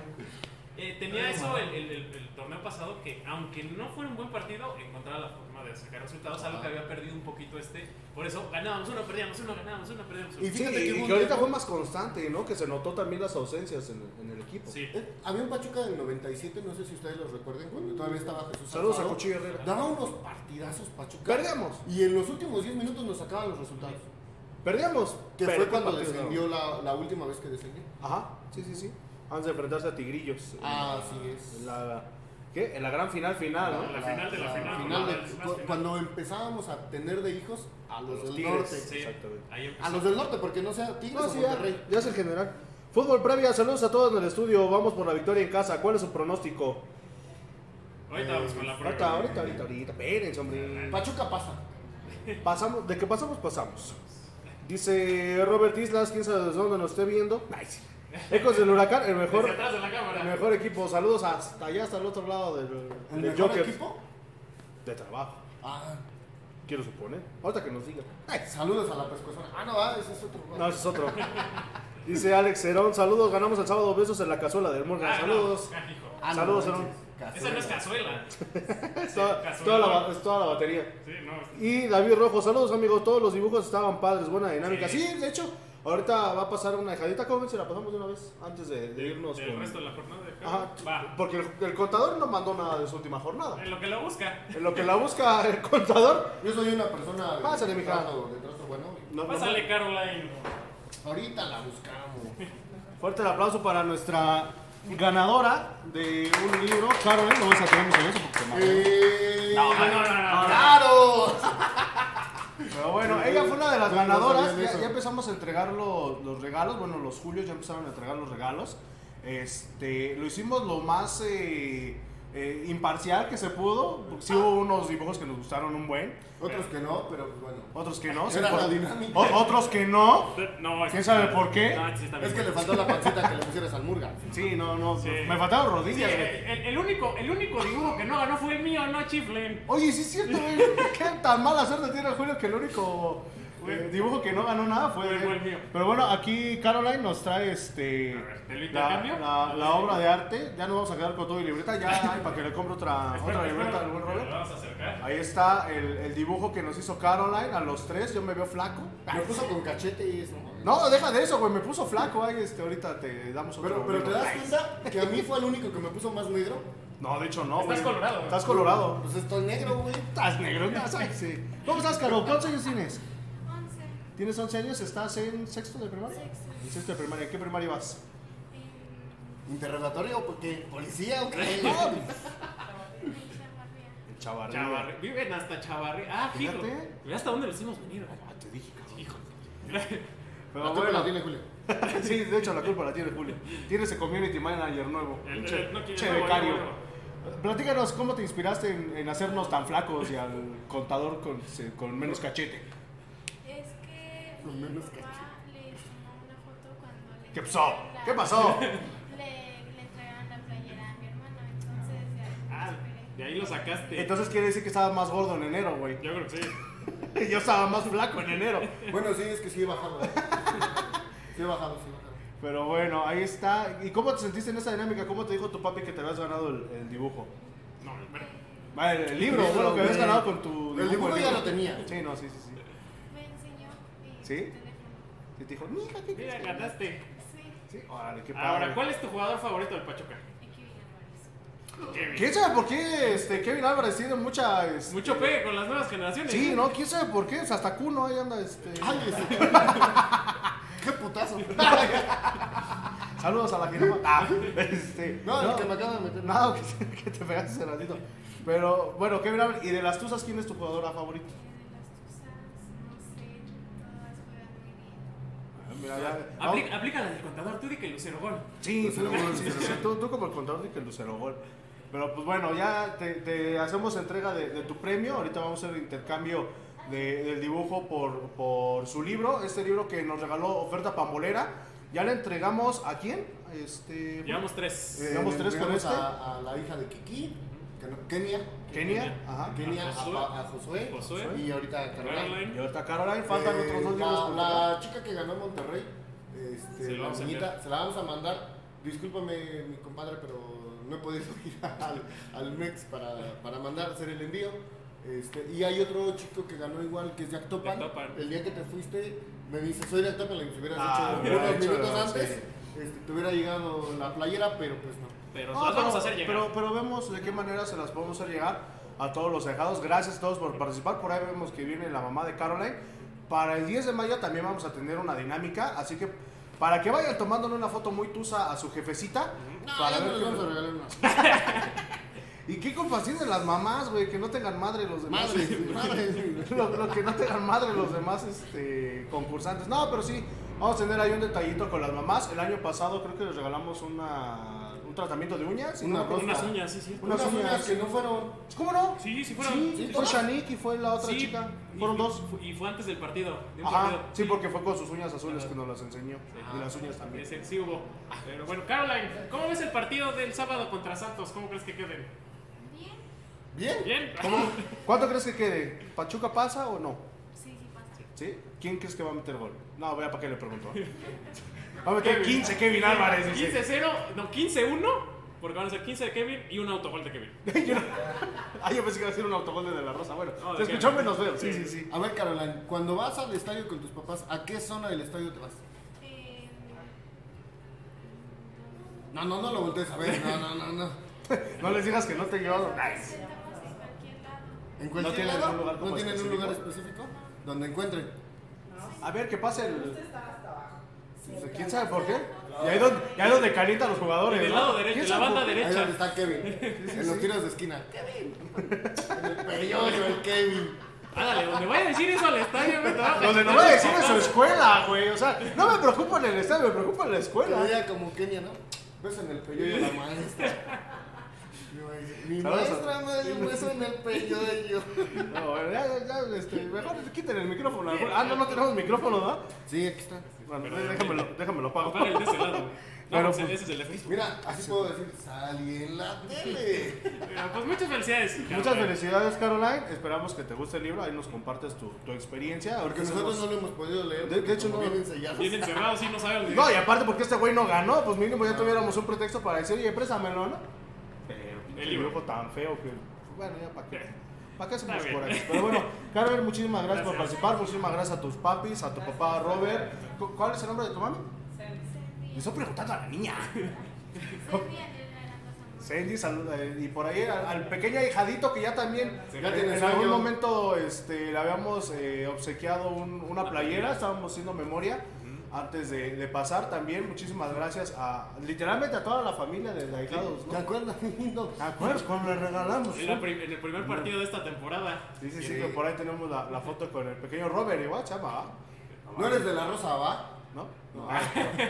C: Eh, tenía eso el, el- el- el torneo pasado que, aunque no fuera un buen partido, encontraba la forma de sacar resultados, algo que había perdido un poquito este. Por eso ganábamos uno, perdíamos uno, ganábamos uno, perdíamos uno.
D: Y
B: Sí,
D: fíjate que
B: y
D: hubo
B: que
D: un
B: ahorita
D: tiempo-
B: fue más constante, ¿no? Que se notó también las ausencias en, en el equipo.
C: Sí.
D: Eh, Había un Pachuca del 97, no sé si ustedes lo recuerden, cuando todavía estaba Jesús.
B: Saludos
D: Alfaro.
B: a Cuchillo Herrera.
D: Daba unos partidazos Pachuca.
B: Perdíamos,
D: Y en los últimos 10 minutos nos sacaban los resultados.
B: perdíamos.
D: Que
B: Pero
D: fue
B: qué
D: cuando
B: partido,
D: descendió la, la última vez que descendió.
B: ¿no? Ajá, sí, sí, sí. Antes de enfrentarse a Tigrillos.
D: Ah. Así
B: En
D: es.
B: la, ¿Qué? En la gran final final, ¿no?
C: La- final de la final,
D: final de-
C: la- la- la-
D: cu- cuando empezábamos a tener de hijos a los,
B: los
D: del
B: Tigres.
D: norte.
C: Sí,
B: Exactamente.
C: ahí empezó.
D: A los del norte, porque no sea Tigres
B: No,
D: o
B: sí, ya,
D: Monterrey.
B: ya es el general. Fútbol previa, saludos a todos en el estudio. Vamos por la victoria en casa. ¿Cuál es su pronóstico?
C: Ahorita vamos con la
B: Eh, Ahorita,
C: prueba.
B: ahorita, ahorita, ahorita. Espérense, hombre.
D: Pachuca pasa.
B: Pasamos, de que pasamos, pasamos. Dice Robert Islas, quién sabe desde dónde nos esté viendo. Nice. Ecos del Huracán, el mejor,
C: Desde atrás de la
B: el
C: cámara.
B: mejor equipo. Saludos hasta allá, hasta el otro lado del,
D: ¿El
B: del
D: mejor
B: Joker.
D: equipo?
B: De trabajo.
D: Ah,
B: Quiero suponer. Ahorita que nos diga.
D: Ay, saludos a la pescozona. Ah, no, ah, ese es otro.
B: No, ese es otro. Dice Alex Herón, saludos, ganamos el sábado besos en la cazuela del Morgan.
C: Ah, no,
B: saludos.
C: ah, hijo.
D: Ah, no,
B: Saludos,
D: manches,
B: Herón.
D: cazuela.
C: Esa no es cazuela.
B: Es toda,
C: cazuela.
B: toda la, es toda la batería.
C: Sí, no.
B: Y David Rojo, saludos amigos, todos los dibujos estaban padres, buena dinámica. Sí,
C: Sí.
B: de hecho, ahorita va a pasar una dejadita, ¿cómo ven si la pasamos de una vez? Antes de, de irnos
C: Del
B: con...
C: resto de la jornada de
B: Ajá,
C: juego. Va.
B: porque el, el contador no mandó nada de su última jornada.
C: En lo que lo busca.
B: En lo que la busca el contador,
D: Yo soy una persona de,
B: Pásale, mija.
D: trato, de trato bueno.
B: no, no-
C: Pásale, Caroline.
D: Ahorita la buscamos.
B: Fuerte el aplauso para nuestra ganadora de un libro. Carmen, no vas a tener en eso porque te mataron.
D: Eh,
C: No, no, no, no, no.
D: ¡Claro!
B: Pero bueno, ella fue una de las
D: Yo no
B: ganadoras.
D: sabía de
B: Ya,
D: eso.
B: ya empezamos a entregar lo- los regalos. Bueno, los julios ya empezaron a entregar los regalos. Este, lo hicimos lo más eh, eh, imparcial que se pudo. porque Sí hubo unos dibujos que nos gustaron un buen,
D: Otros que no, pero pues bueno.
B: otros que no.
D: Era la
B: O-
D: dinámica.
B: otros que no.
C: No, es-
B: ¿Quién sabe por qué?
C: No, sí está bien.
D: Es que le faltó la pancita que le pusieras al murga.
B: Sí, no, no.
C: Sí.
B: Me faltaron
C: Sí,
B: rodillas.
C: el,
B: güey.
C: el- el único, el único dibujo que no ganó fue el mío, no chiflen.
B: Oye, sí es cierto, güey. Qué tan mala suerte tiene el Julio que el único eh, dibujo que no ganó nada fue
C: Fue-
B: de él.
C: fue el mío.
B: Pero bueno, aquí Caroline nos trae este
C: A ver, ¿te lo
B: la,
C: intercambio?
B: la- la obra de arte. Ya nos vamos a quedar con todo y libreta. Ya hay para que le compre otra, otra
C: Espera,
B: libreta
C: espera,
B: al buen
C: lo
B: Robert.
C: vamos a acercar.
B: Ahí está el, el dibujo que nos hizo Caroline a los tres. Yo me veo flaco.
D: Lo puso con cachete y eso.
B: No, deja de eso, güey. Me puso flaco. Ay, este, ahorita te damos otro.
D: Pero, pero te
B: libro.
D: das cuenta que a mí fue el único que me puso más negro.
B: No, de hecho no, güey.
C: Estás colorado, güey.
B: Estás colorado.
D: Pues estoy negro, güey.
B: Estás negro. ya sabes, sí. ¿Cómo estás, Caro? ¿Cuántos años tienes?
E: 11
B: ¿Tienes 11 años? ¿Estás en sexto de primaria?
E: Sexto.
B: En sexto de primaria. ¿Qué primaria vas?
D: ¿Interrogatorio? porque ¿Policía o qué?
B: Chavarría.
C: Chavarri- Viven hasta Chavarri. Ah, hijo.
B: Ah, Fíjate.
C: Mira hasta dónde los hicimos venir.
B: Ah, te dije, cabrón.
C: Hijo.
B: Pero
D: La culpa
B: bueno,
D: la tiene Julio.
B: sí, de hecho la culpa la tiene Julio. Tiene ese community manager nuevo.
C: El-
B: un
C: el-
B: che-
C: no, que
B: che
C: yo no, yo
B: becario.
C: no.
B: Platícanos cómo te inspiraste en, en hacernos tan flacos y al contador con, se- con menos cachete.
E: Es que
D: Lo
E: mi
D: menos
E: mamá
D: que-
E: le tomó una foto cuando le
B: ¿Qué pasó?
E: entregaron la-
B: ¿Qué pasó?
E: Le, le entregaron la playera a mi hermano, entonces de ahí me
C: Ah,
E: inspiré.
C: de ahí lo sacaste.
B: Entonces quiere decir que estabas más gordo en enero, güey.
C: Yo creo que sí.
B: Yo estaba más flaco en enero.
D: Bueno, sí, es que sí he bajado. Sí he bajado, sí he bajado.
B: Pero bueno, ahí está. ¿Y cómo te sentiste en esa dinámica? ¿Cómo te dijo tu papi que te habías ganado el, el dibujo?
C: No, espera.
B: Ah, el, el libro,
D: El
B: fue lo que
D: libro,
B: habías
D: güey.
B: ganado con tu
D: El dibujo
B: el
D: ya lo tenía.
B: Sí, no, sí, sí, sí.
E: Me enseñó y
B: ¿Sí?
E: su teléfono.
B: Y te dijo, mija, ¿qué
C: Mira,
B: crees que-"
C: ganaste.
E: Sí,
B: Sí, órale, qué padre.
C: Ahora, ¿cuál es tu jugador favorito del Pachuca?
E: y que vino Álvarez.
C: Kevin.
B: ¿Quién sabe por qué este, Kevin Álvarez tiene mucha... este,
C: Mucho pegue con las nuevas generaciones. ¿eh?
B: Sí, ¿no? ¿Quién sabe por qué? O sea, hasta Cuno ahí anda, este...
D: ¡Ay, ese ¡Qué putazo!
B: Saludos a la jirafa. Ah, este...
D: No, el que me acaba de meter.
B: No, que, que te pegaste hace ratito. Pero, bueno, Kevin Álvarez, ¿y de las Tuzas quién es tu jugadora favorita?
E: Eh, de las Tuzas, no sé, todas juegan muy
B: Ah,
E: bien.
B: Mira, ya...
C: Aplica, aplica la del contador, tú di que Lucero Gol.
B: Sí,
D: Lucero
B: pero-
D: Gol,
B: sí,
D: Lucero
B: sí, tú, tú como el contador de que Lucero Gol. Pero pues bueno, ya te, te hacemos entrega de, de tu premio. Ahorita vamos a hacer intercambio de- del dibujo por, por su libro. Este libro que nos regaló Oferta Pambolera. Ya le entregamos a quién? Este,
C: Llevamos tres.
B: Eh, Llevamos
D: le
B: tres con
D: entregamos
B: este.
D: A, a la hija de Kiki, que no- Kenia.
B: Kenia. Ajá.
D: Kenia, a,
C: Josué.
D: Pa- a Josué,
C: Josué.
D: Y ahorita a Caroline.
B: Y
C: Caroline.
B: ahorita Caroline, faltan
D: Eh,
B: otros dos
D: la-
B: libros. por
D: La,
B: comprar.
D: chica que ganó en Monterrey, este,
C: Se la
D: la
C: vamos a
D: niñita,
C: enviar.
D: se la vamos a mandar. Discúlpame, mi compadre, pero no he podido ir al, al MEX para, para mandar hacer el envío. Este, y hay otro chico que ganó igual, que es de Actopan.
C: De Actopan.
D: El día que te fuiste, me dice, soy de Actopan, le que hubieras
B: Ah,
D: hecho
B: hubiera
D: unos
B: hecho,
D: minutos
B: sí.
D: antes, este, te hubiera llegado la playera, pero pues no.
C: Pero
B: No,
C: las vamos a hacer
B: pero-
C: llegar.
B: Pero, pero vemos de qué manera se las podemos hacer llegar a todos los dejados. Gracias a todos por participar. Por ahí vemos que viene la mamá de Caroline. Para el 10 de mayo también vamos a tener una dinámica. Así que para que vayan tomándole una foto muy tusa a su jefecita. para ver
D: Para ver, les
B: qué-
D: vamos a regalar una.
B: Y qué compasión de las mamás, güey, que no tengan madre los demás. este,
D: Madres, madres.
B: lo, lo que no tengan madre los demás este, concursantes. No, pero sí, vamos a tener ahí un detallito con las mamás. El año pasado creo que les regalamos una, un tratamiento de uñas. si no
D: Una
B: me equivoco.
C: Unas uñas, sí, sí.
B: Unas
D: Unas uñas
B: uñas.
D: que no fueron.
B: ¿Cómo no?
C: Sí, sí fueron.
B: Sí, fue
D: todas.
B: Shanique y fue la otra
C: Sí,
B: chica.
C: y-
B: Fueron dos.
C: fu- Y fue antes del partido. de un
B: Ajá,
C: partido.
B: sí, porque fue con sus uñas azules que nos las enseñó.
C: Ajá.
B: Y las uñas también.
C: Ese sí hubo. Pero bueno, Caroline, ¿cómo ves el partido del sábado contra Santos? ¿Cómo crees que queden?
E: Bien,
D: Bien.
C: Bien.
B: ¿Cuánto crees que quede? ¿Pachuca pasa o no?
E: Sí, sí pasa.
B: ¿Sí? ¿Quién crees que va a meter gol? No, vea para qué le pregunto. Va a meter 15, Kevin Álvarez. dice.
C: 15-0, no, 15-1, porque van a ser 15 de Kevin y un autogol de Kevin.
B: Ah, yo pensé que iba a ser un autogol de De La Rosa. Bueno,
C: No,
B: se
C: de
B: escuchó
C: Kevin.
B: menos feo. Sí, sí,
C: Sí.
B: sí.
D: A ver, Caroline, cuando vas al estadio con tus papás, ¿a qué zona del estadio te vas?
E: Eh, no,
D: No, no, no lo voltees a ver. No, no, no, no.
B: No les digas que no te he llevado.
E: sentamos en cualquier
D: ¿En cualquier
E: lado.
B: tienen
D: lado?
B: un lugar como
D: ¿No tienen un lugar
B: específico?
D: específico? Donde encuentren.
B: A ver, que pase el.
G: Usted está hasta abajo.
B: ¿Quién sabe por qué? Y ahí donde, y ahí donde calientan los
C: Y
B: jugadores.
C: del
B: ¿no?
C: lado
B: ¿Quién
C: derecho, la
B: sabe
C: banda
B: por qué?
D: Ahí donde
C: derecha.
D: está Kevin. en los tiros de esquina. Kevin. En el periódico, el Kevin.
C: Ándale, donde vaya a decir eso al estadio, güey, te va a
B: Donde no
C: cachetar
B: voy a
C: los
B: decir es su
C: papás.
B: escuela, güey. O sea, no me preocupa en el estadio, me preocupa en la
D: Te
B: escuela.
D: veía como Kenia, ¿no? Ves en el periódico la maestra. Mi maestra- Mi
B: Saludos a-
D: maestra me dio un beso en el periódico.
B: No, bueno, ya, ya, ya, este, mejor quiten el micrófono. Ah, no, no tenemos micrófono, ¿verdad?
D: Sí, aquí está.
B: Bueno, déjamelo, déjamelo apago.
C: Apaga el de ese lado. güey. No,
B: Bueno,
C: pues,
B: pues-
C: ese es el de Facebook.
D: Mira, así puedo decir, salí en la tele.
C: Mira, Pues muchas felicidades.
B: Muchas felicidades, Caroline. Esperamos que te guste el libro. Ahí nos compartes tu, tu experiencia.
D: Porque nosotros no lo hemos podido leer.
B: De- de hecho,
D: como
B: no.
D: Vienen sellados.
C: Vienen cerrados y no saben dónde.
B: No, y aparte porque este güey no ganó, pues mínimo ya tuviéramos un pretexto para decir, oye, préstamelo, ¿no? Pero
C: El
B: el
C: libro.
B: dibujo tan feo que... Bueno, ya para qué. ¿Para qué hacemos
C: Está bien.
B: corajes? Pero bueno, Carmen, muchísimas gracias, por
C: Gracias.
B: participar, muchísimas gracias a tus papis, a tu
G: Gracias.
B: papá Robert. Cu- ¿Cuál es el nombre de tu mami? Le
E: Servía.
B: estoy preguntando a la niña.
E: Servía en el aeropuerto.
B: Sandy, saluda. eh, Y por ahí al, al pequeño ahijadito que ya también...
C: Sí,
D: Ya
B: En,
D: tienes
B: en algún
D: año.
B: momento este, le habíamos eh, obsequiado un- una playera, estábamos haciendo memoria. Antes de, de pasar también, muchísimas gracias a literalmente a toda la familia de Laigados.
D: ¿Te
B: ¿no?
D: acuerdas? No.
B: ¿Te acuerdas cuando le regalamos?
C: En, la pri- en el primer partido de esta temporada.
B: Sí, sí, sí, que por ahí tenemos la, la foto con el pequeño Robert igual, chama,
D: No eres de la rosa, ¿va?
B: ¿no?
D: No.
B: Ah,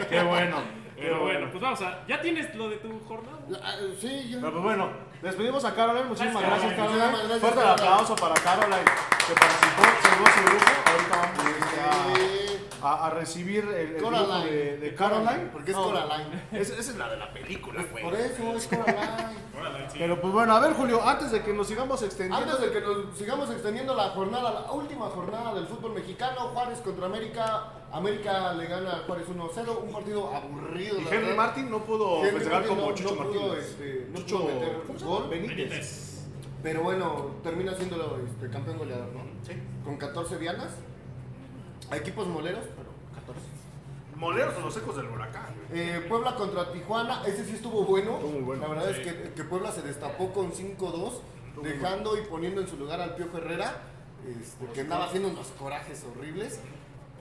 B: qué bueno, qué
C: Pero bueno, pues vamos a. ¿Ya tienes lo de tu jornada?
D: Ah, Sí, yo.
B: Pero pues bueno, despedimos a Caroline, muchísimas gracias,
C: Gracias,
B: Caroline.
D: Caroline. Muchísimas gracias,
B: Fuerte el
D: Caroline.
B: aplauso para Caroline que participó, llegó a su grupo. Ahorita vamos a-
D: Eh,
B: a, a recibir el, el dibujo
D: Coraline.
B: de, de Caroline.
D: Porque es
B: No,
D: Coraline.
B: Esa, esa es la de la película, güey.
D: Por eso es Coraline.
C: Órale, sí.
B: Pero pues bueno, a ver, Julio, antes de que nos sigamos extendiendo.
D: Antes de que nos sigamos extendiendo la jornada, la última jornada del fútbol mexicano, Juárez contra América. América le gana a Juárez 1-0, un partido aburrido.
B: Y
D: la
B: Henry
D: verdad.
B: Martin no pudo
D: Henry
B: festejar
D: Martin
B: como
D: no-
B: Chucho
D: no pudo,
B: Martínez.
D: este, no
B: Chucho
D: pudo meter
B: ¿cómo se
D: gol.
B: llama? Benítez.
C: Benítez.
D: Pero bueno, termina siendo este, campeón goleador, ¿no? Con 14 dianas. A equipos moleros, pero 14.
F: Moleros son los ecos del huracán. güey.
D: Eh, Puebla contra Tijuana, ese sí estuvo bueno.
B: Estuvo muy bueno,
D: La verdad
F: sí.
D: es que, que Puebla se destapó con 5-2, dejando y poniendo en su lugar al Piojo Herrera, este, que andaba haciendo unos corajes horribles,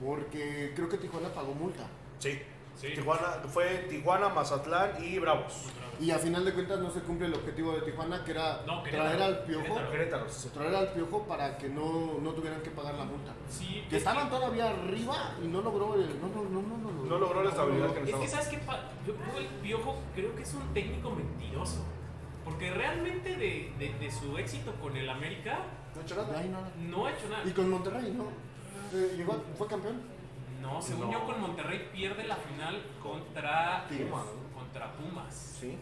D: porque creo que Tijuana pagó multa.
B: Sí.
C: Sí.
B: Tijuana, fue Tijuana, Mazatlán y Bravos.
D: Y a final de cuentas no se cumple el objetivo de Tijuana, que era
C: No, Querétaro.
D: traer al Piojo.
B: Querétaro.
D: Traer al piojo para que no, no tuvieran que pagar la multa.
C: Sí,
D: Que
C: es que-
D: estaban todavía arriba y no logró el. No, no, no, no, no,
B: No logró la estabilidad que
C: Es que,
B: necesitaba.
C: ¿sabes qué? pa- Yo creo que el Piojo creo que es un técnico mentiroso. Porque realmente de, de- de su éxito con el América
B: No, chocolate.
D: De ahí nada.
C: no ha hecho nada.
D: Y con Monterrey, ¿no? Eh, llegó, fue campeón.
C: No, según
B: No.
C: yo con Monterrey pierde la final contra
D: Tigres.
C: Pumas. Contra Pumas.
B: Sí.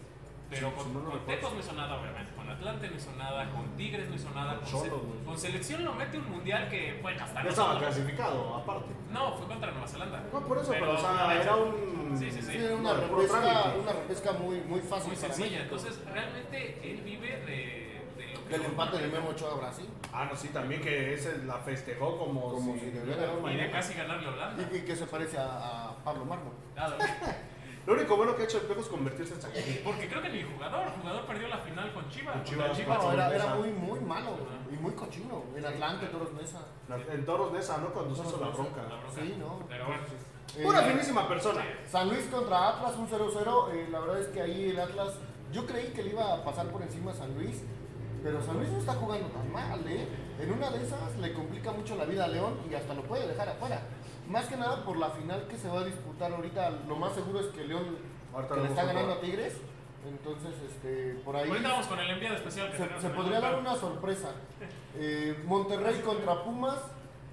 C: Pero
B: Sí,
C: con,
B: si no, no
C: con
B: recuerdo.
C: Tecos no hizo nada, obviamente. Con Atlante no hizo nada. Con Tigres no hizo nada.
B: Con
C: Con, se-
B: Cholos, güey.
C: con selección lo mete un mundial que fue hasta
B: Ya estaba
C: nosotros.
B: clasificado, aparte.
C: No, fue contra Nueva Zelanda.
B: No, por eso, pero, o sea, era un.
C: Sí, sí,
D: Sí,
C: sí.
D: era una
B: No, puro
D: repesca,
B: trámite.
D: una repesca muy, muy fácil.
C: Muy
D: para
C: sencilla.
D: México.
C: Entonces, realmente él vive de, de lo que-
D: Del empate de Memo Ochoa a Brasil.
B: Ah, no, sí, también que ese la festejó como,
D: Como si de verdad.
C: Y de casi ganarle a Holanda.
D: Y, y que se parece a, a Pablo Mármol.
C: Nada, güey.
B: Lo único bueno que ha hecho el Piojo es convertirse en saquero.
C: Porque creo que ni el jugador. El jugador perdió la final con Chivas.
B: Con
C: contra
B: Chivas,
C: Chivas.
D: No, era,
B: Mesa.
D: era muy, muy malo y muy cochino. El Atlante, Toros Mesa.
B: La- En Toros Nesa, ¿no? Cuando se hizo la bronca.
C: La bronca.
D: Sí, ¿no?
C: Pero bueno.
D: Eh,
B: Una finísima persona.
D: San Luis contra Atlas, un 0-0. eh, la verdad es que ahí el Atlas, yo creí que le iba a pasar por encima a San Luis, pero San Luis no está jugando tan mal, ¿eh? En una de esas le complica mucho la vida a León y hasta lo puede dejar afuera. Más que nada por la final que se va a disputar ahorita, lo más seguro es que León
B: Ahorita
D: que le
B: vamos
D: está
B: a
D: ganando a
B: jugar.
D: Tigres, entonces este, por ahí
C: Ahorita vamos con el enviado especial. que
D: se,
C: tenemos
D: se
C: en el
D: podría dar
C: local.
D: una sorpresa. Eh, Monterrey contra Pumas,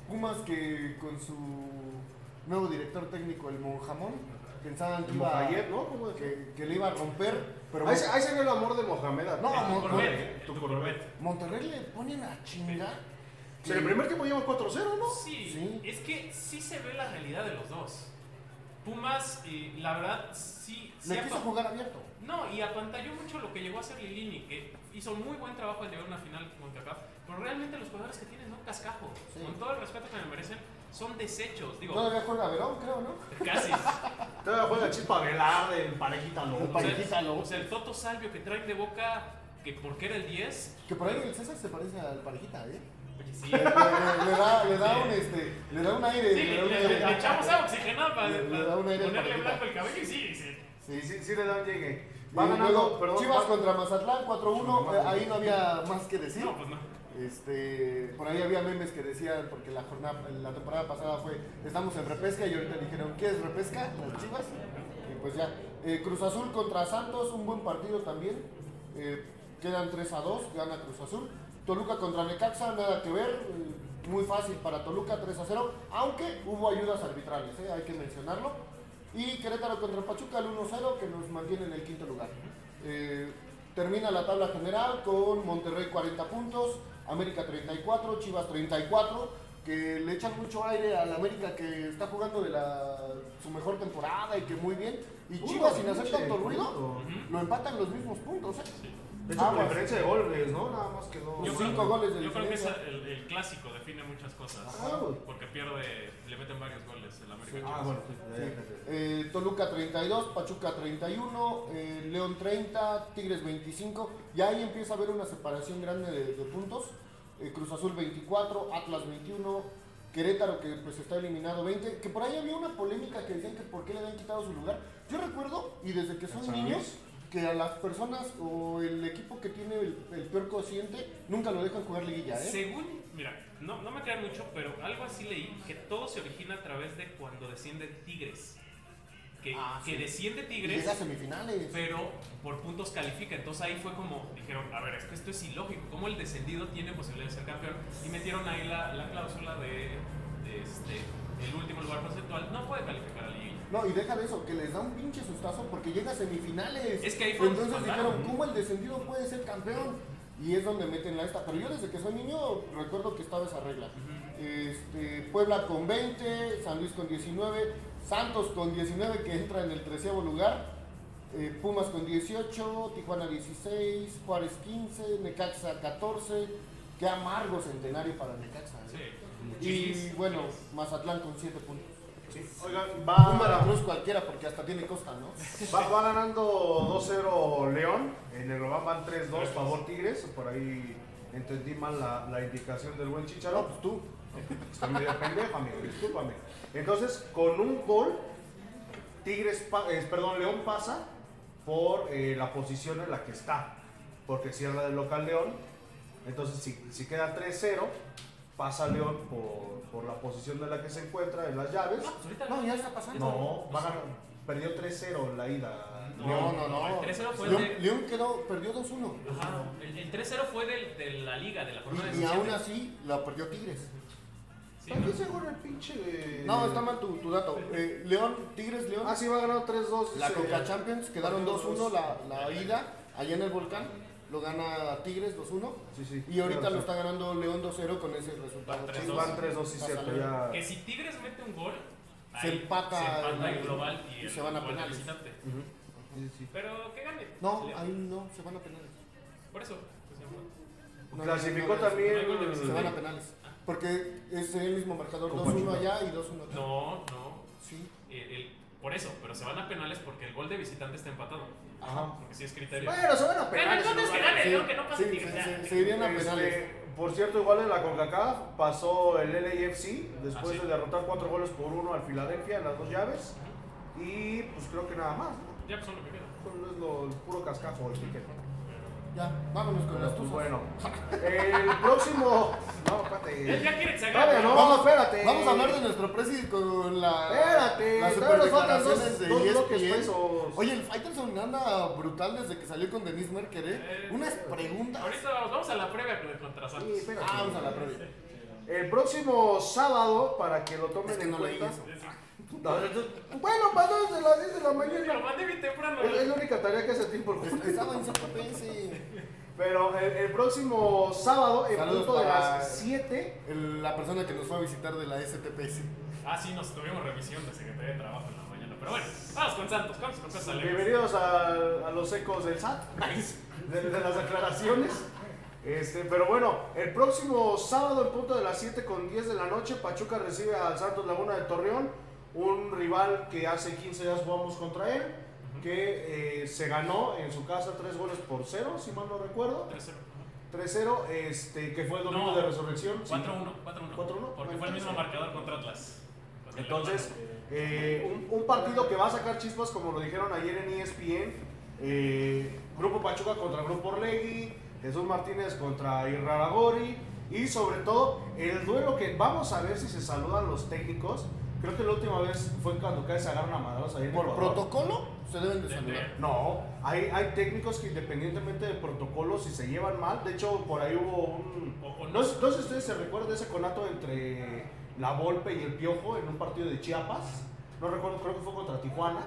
D: Pumas que con su nuevo director técnico, el Monjamón, pensaban que,
B: El
D: iba,
B: Mojayet, ¿no? ¿Cómo es?
D: que, que le iba a romper, pero
B: Ahí, se- ahí se vio el amor de Mohamed. Ali.
D: No,
C: El
D: Mon-
C: Corvette,
B: Tu
C: el
B: Corvette.
D: Monterrey le ponen a chingar.
B: Si en el primer tiempo lleva 4-0, ¿no?
C: Sí,
D: Sí.
C: es que sí se ve la realidad de los dos. Pumas, eh, la verdad, sí... sí
D: Le
C: ha
D: quiso
C: pa-
D: jugar abierto.
C: No, y apantalló mucho lo que llegó a hacer Lilini, que hizo muy buen trabajo en llegar a una final contra CAF, pero realmente los jugadores que tienen no cascajo.
D: Sí.
C: Con todo el respeto que me merecen, son desechos. Digo,
D: Todavía juega Verón, creo, ¿no?
C: casi.
B: Todavía juega Chispa Velarde en parejita
D: En
B: loca.
D: parejita.
C: o sea, el Toto Salvio que traen de boca, que porque era el 10,
D: Que por ahí el César se parece al parejita, ¿eh?
C: oye, sí.
D: Le, le- le- le da, le da un este, le da un aire,
C: Sí,
D: le
C: le,
D: da un
C: le-
D: aire.
C: le echamos agua oxigenada para,
D: Le- le da un aire
C: para
D: al
C: ponerle
D: parejita.
C: blanco el cabello y sí, sí.
B: Sí, sí, sí le dan llegue.
D: Y
B: Va ganando,
D: luego,
B: perdón.
D: Chivas
B: va-
D: contra Mazatlán 4-1, eh, ahí no había más que decir.
C: No, pues no.
D: Este, por ahí había memes que decían, porque la jornada, la temporada pasada fue, estamos en repesca y ahorita dijeron, ¿quieres repesca? Las chivas. Y pues ya. Eh, Cruz Azul contra Santos, un buen partido también. Eh, quedan 3 a 2, gana Cruz Azul. Toluca contra Necaxa, nada que ver. eh, muy fácil para Toluca, 3 a 0. Aunque hubo ayudas arbitrales, eh, hay que mencionarlo. Y Querétaro contra Pachuca, el 1-0, que nos mantiene en el quinto lugar. Eh, Termina la tabla general con Monterrey 40 puntos, América 34, Chivas 34, que le echan mucho aire al América que está jugando de la, su mejor temporada y que muy bien. Y
B: Uno,
D: Chivas, sin hacer
B: Uh, pinche
D: tanto ruido,
B: punto.
D: lo empatan los mismos puntos. ¿eh?
B: De hecho, por
D: Aguas.
B: diferencia de goles, ¿no? Nada más quedó.
D: Yo
C: Yo
D: cinco
C: creo,
D: goles de
C: yo creo que
D: diferencia. Ah,
C: esa- el, el clásico define muchas cosas.
B: Ajá, güey.
C: Porque pierde, le meten varios goles el América.
B: Ah,
C: Chivas.
B: bueno, sí.
D: Eh, Toluca 32, Pachuca 31, eh, León 30, Tigres 25. Y ahí empieza a haber una separación grande de, de puntos. Eh, Cruz Azul 24, Atlas 21, Querétaro que pues está eliminado 20. Que por ahí había una polémica que decían que por qué le habían quitado su lugar. Yo recuerdo, y desde que son
B: San
D: niños,
B: Luis.
D: que a las personas o el equipo que tiene el, el peor cociente nunca lo dejan jugar liguilla. ¿eh?
C: Según, mira, no, no me crean mucho, pero algo así leí que todo se origina a través de cuando desciende Tigres. Que,
D: Ah,
C: que
D: sí.
C: desciende
D: Y Llega a
C: Tigres,
D: semifinales.
C: pero por puntos califica. Entonces ahí fue como dijeron: A ver, es que esto es ilógico. ¿Cómo el descendido tiene posibilidad de ser campeón? Y metieron ahí la, la cláusula de, de este, el último lugar conceptual. No puede calificar a Liguilla.
D: No, y deja de eso, que les da un pinche sustazo porque llega a semifinales.
C: Es que ahí fue
D: Entonces
C: cuando
D: dijeron,
C: mandaron.
D: ¿cómo el descendido puede ser campeón? Y es donde meten la esta. Pero yo desde que soy niño recuerdo que estaba esa regla. Este, Puebla con 20, San Luis con 19, Santos con 19 que entra en el treceavo lugar, eh, Pumas con 18, Tijuana 16, Juárez 15, Necaxa 14. Qué amargo centenario para Necaxa. ¿eh?
C: Sí.
D: Y bueno, Mazatlán con 7 puntos.
B: Sí. Oigan,
D: Un
B: va,
D: Veracruz cualquiera porque hasta tiene costa, ¿no?
B: va, va ganando 2-0 León. En el global van 3-2 favor Tigres. Por ahí entendí mal la, la indicación del buen
D: No,
B: Chicharo.
D: pues tú.
B: Estoy medio pendejo, amigo, discúlpame. Entonces, con un gol, Tigres, pa- eh, perdón, León pasa por eh, la posición en la que está, porque cierra del local León. Entonces, si, si queda 3-0, pasa León por, por la posición en la que se encuentra en las llaves.
C: No, pues ahorita
D: No, ya está pasando.
B: No, va ganando- perdió 3-0 en la ida.
C: No,
B: León.
D: no, no. no.
C: el 3-0 fue
D: León,
C: de-
D: León quedó, perdió 2-1.
C: Ajá, el, el 3-0 fue del- de la liga, de la jornada
D: Y, y
C: 17.
D: aún así la perdió Tigres.
C: Sí,
B: ¿Para
C: ¿no?
B: qué seguro el pinche de.?
D: No, está mal tu, tu dato. Eh, León, Tigres, León.
B: Eh, Ah, sí, va ganando 3-2.
D: La
B: ese-
D: Coca Champions quedaron 2-1 la, la ida allá en el volcán. Lo gana Tigres 2-1.
B: Sí, sí.
D: Y ahorita
B: Claro,
D: lo
B: sí.
D: está ganando León 2-0 con ese resultado.
B: Sí, van 3-2, sí, cierto. Ya.
C: Que si Tigres mete un gol,
D: Se
C: ahí
D: empata
C: se empata
D: el-
C: el global y,
D: y
C: el
D: se van a
C: gol del
D: penales.
C: visitante.
B: Sí, sí.
C: Pero que gane.
D: No,
C: León.
D: ahí no, se van a penales.
C: Por eso. pues, ya fue.
D: No,
B: Clasificó
D: no, no, no,
B: también.
D: Se van a penales. Porque es el mismo marcador
B: Con
D: 2-1
B: Pachuca.
D: allá y 2-1 acá.
C: No, no.
D: Sí.
C: el- el- por eso, pero se van a penales porque el gol de visitante está empatado.
B: Ajá.
C: Porque sí es criterio.
B: Bueno, se van a
C: Pero
B: penales.
C: entonces que gane,
D: Sí,
C: ¿no? Que no
D: sí,
C: pase
D: sí,
C: Tigres. ya.
D: sí, se irían a
B: Este,
D: penales.
B: por cierto, igual en la CONCACAF pasó el LAFC después
C: Ah, sí.
B: de derrotar cuatro goles por uno al Filadelfia en las dos llaves. Y pues creo que nada más. ¿no?
C: Ya pues son lo que queda.
B: Solo es lo, el puro cascajo el ticket.
D: Ya, vámonos con
B: Pero
D: las
B: pues
D: tuzas.
B: bueno. El próximo. No,
C: Ya,
B: espérate.
C: ya quiere que se
B: Todavía
C: acabe.
B: no,
D: Vamos-
B: espérate.
D: Vamos a hablar de nuestro presi con la.
B: Espérate,
D: las
B: todavía nos faltan dos-
D: superdeclaraciones de E
B: dos bloques
D: ESPN.
B: pesos.
D: Oye, el Faitelson anda brutal desde que salió con Denise Merker, ¿eh?
C: Eh,
D: Unas preguntas.
C: Ahorita vamos, vamos a la previa con el contrasalto.
B: Sí, espérate.
D: Ah, vamos a Ah, la previa.
B: El próximo sábado, para que lo tomen
D: Es que
B: en
D: no leí
B: cuenta.
D: eso.
B: No, no, no. Bueno, mandó desde las 10 de la
C: Lo
B: mañana.
C: mandé bien temprano.
B: Es, es la única tarea que hace tiempo el
D: Es que Estaba en Zapotense.
B: Pero el, el próximo sábado, en
D: Saludos
B: punto de
D: para-
B: las 7,
D: El- La persona que nos fue a visitar de la STPS.
C: Ah, sí, nos tuvimos revisión de Secretaría de Trabajo en la mañana. Pero bueno, vamos con Santos, vamos con cosas alegres.
B: bienvenidos a, a los ecos del SAT, de, de las aclaraciones. Este, pero bueno, el próximo sábado, en punto de las 7 con 10 de la noche, Pachuca recibe al Santos Laguna de Torreón, un rival que hace 15 días jugamos contra él, que eh, se ganó en su casa 3 goles por 0, si mal no recuerdo. 3-0, este, que fue el domingo
C: No.
B: de resurrección. sí.
C: 4-1, 4-1.
B: 4-1.
C: Porque fue el mismo marcador contra Atlas. Contra el
B: Entonces, eh, un, un partido que va a sacar chispas, como lo dijeron ayer en E ESPN, eh, Grupo Pachuca contra Grupo Orlegui, Jesús Martínez contra Irraragori, y sobre todo el duelo que vamos a ver si se saludan los técnicos. Creo que la última vez fue cuando casi se agarraron a madrazos ahí en
D: Por
B: Ecuador.
D: protocolo se deben
B: Pues,
D: de
C: De-
D: saludar.
B: No, hay, hay técnicos que independientemente del protocolo, si se llevan mal, de hecho por ahí hubo un...
C: O- o
B: No sé no sé si ustedes se recuerdan de ese conato entre la Volpe y el Piojo en un partido de Chiapas, no recuerdo, creo que fue contra Tijuana,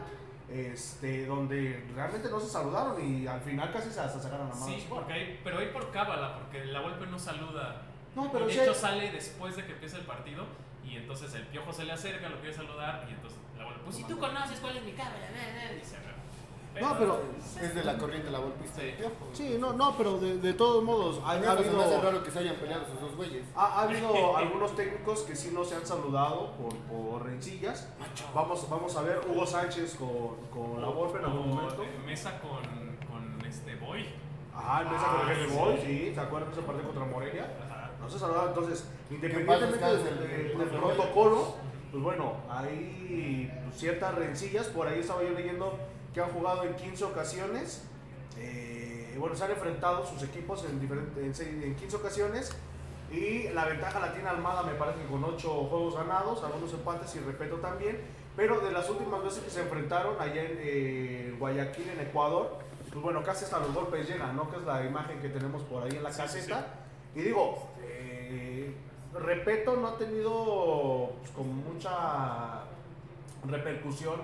B: este, donde realmente no se saludaron y al final casi se hasta sacaron la mano.
C: Sí, porque hay, pero hay por cábala, porque la golpe no saluda.
B: No, pero
C: de
B: sí hay-
C: hecho sale después de que empieza el partido y entonces el piojo se le acerca, lo quiere saludar y entonces la golpe. Pues si tú conoces cuál es mi cábala, na, na", y se agarra.
B: No, pero...
D: Es de la corriente la golpista del
C: Sí.
D: piojo.
B: Sí, no, no, pero de, de todos modos, ha,
D: A mí
B: ha
D: me hace
B: habido,
D: raro que se hayan peleado esos dos güeyes.
B: ha- ha habido algunos técnicos que sí no se han saludado por, por rencillas. Vamos, vamos a ver Hugo Sánchez con, con la Volpe en algún
C: O,
B: momento.
C: eh, Mesa con, con este boy.
B: Ajá, empieza con
C: Ah,
B: el
C: sí.
B: Boy, sí, ¿se acuerdan de ese partido contra Morelia?
C: Ajá.
B: No se saludaba, entonces, independientemente
D: paz
B: del,
D: descanse el-
B: del-
D: el-
B: del
D: el-
B: protocolo, pues bueno, hay pues, ciertas rencillas, por ahí estaba yo leyendo que han jugado en 15 ocasiones, eh, bueno, se han enfrentado sus equipos en, diferente- en, seis- en 15 ocasiones, y la ventaja la tiene Almada, me parece que con 8 juegos ganados, algunos empates y respeto también. Pero de las últimas veces que se enfrentaron allá en eh, Guayaquil, en Ecuador, pues bueno, casi hasta los golpes llegan, ¿no? Que es la imagen que tenemos por ahí en la
C: Sí,
B: caseta. Y digo, eh, Repeto no ha tenido pues, como mucha repercusión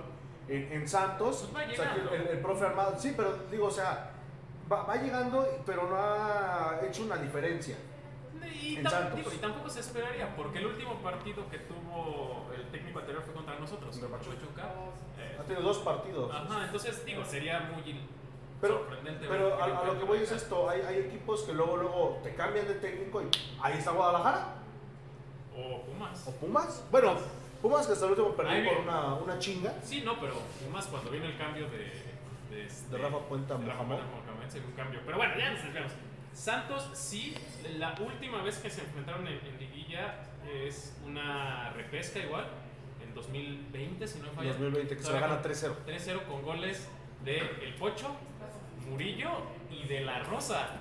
B: en, en Santos.
C: Pues va
B: O sea, que
C: llegando.
B: el, el profe Armado, sí, pero digo, o sea, va, va llegando, pero no ha hecho una diferencia.
C: Y,
B: En
C: tam-
B: Santos.
C: digo, y tampoco se esperaría, porque el último partido que tuvo el técnico anterior fue contra nosotros,
B: Contra
C: contra
B: Pachuca.
C: Pachuca. Eh,
B: Ha tenido dos partidos.
C: ajá, entonces digo, sería muy
B: Pero,
C: sorprendente. ver
B: pero
C: que
B: a, a lo que voy es
C: Pachuca-
B: esto, hay, hay equipos que luego luego te cambian de técnico y ahí está Guadalajara
C: O Pumas.
B: o Pumas. Bueno, Pumas que hasta el último
C: Ahí
B: perdió
C: viene.
B: por una, una chinga.
C: Sí, no, pero Pumas cuando vino el cambio de. De, este-
B: De Rafa Puente a
C: de Rafa
B: Mohamed.
C: Puente a Mohamed, sí, un cambio. Pero bueno, ya nos desviamos. Santos, sí, la última vez que se enfrentaron en, en Liguilla es una repesca igual, en 2020, si no me falla.
B: 2020 que se la
C: Todavía
B: gana 3-0.
C: 3-0 con goles de El Pocho, Murillo y de La Rosa.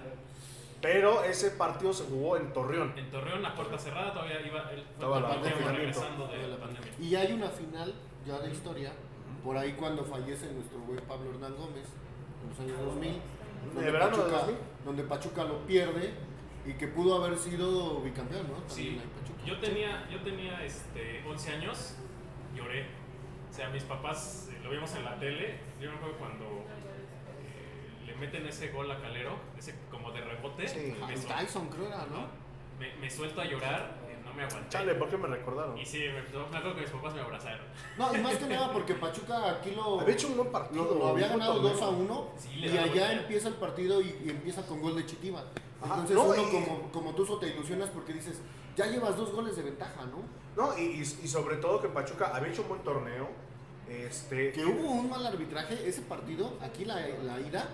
B: Pero ese partido se jugó en Torreón.
C: En Torreón, a puerta cerrada, todavía iba el
B: Estaba la-
C: Cuauhtémoc
B: confinamiento.
C: regresando de la pandemia.
D: Y hay una final ya de historia, por ahí cuando fallece nuestro güey Pablo Hernán Gómez, en los años 2000, donde,
B: verano de
D: Pachuca,
B: 2000?
D: donde Pachuca lo pierde y que pudo haber sido bicampeón, ¿no? También
C: Sí,
D: hay Pachuca.
C: yo tenía, yo tenía este, 11 años, lloré. O sea, mis papás eh, lo vimos en la tele. Yo me acuerdo cuando eh, le meten ese gol a Calero, ese como de rebote.
B: Sí.
D: Ah,
C: me,
D: el
C: sol-
D: Tyson creo era,
C: ¿no?
D: ¿no?
C: Me- me suelto a llorar, eh, no me aguanté.
B: Chale, ¿por qué me recordaron?
C: Y sí, me, me acuerdo que mis papás me abrazaron.
D: No, y más que nada porque Pachuca aquí lo,
B: Había hecho un buen partido.
D: lo, lo había
B: un buen
D: ganado
B: torneo.
D: 2 a 1
C: Sí, le
D: y
C: daba
D: allá
C: vuelta.
D: empieza el partido y, y empieza con gol de Chitiva.
B: Ajá,
D: Entonces
B: no,
D: uno
B: y-
D: como, como Tuzo te ilusionas porque dices, ya llevas dos goles de ventaja, ¿no?
B: No, y, y- y sobre todo que Pachuca había hecho un buen torneo. Este,
D: Que hubo un mal arbitraje ese partido, aquí la, la ida,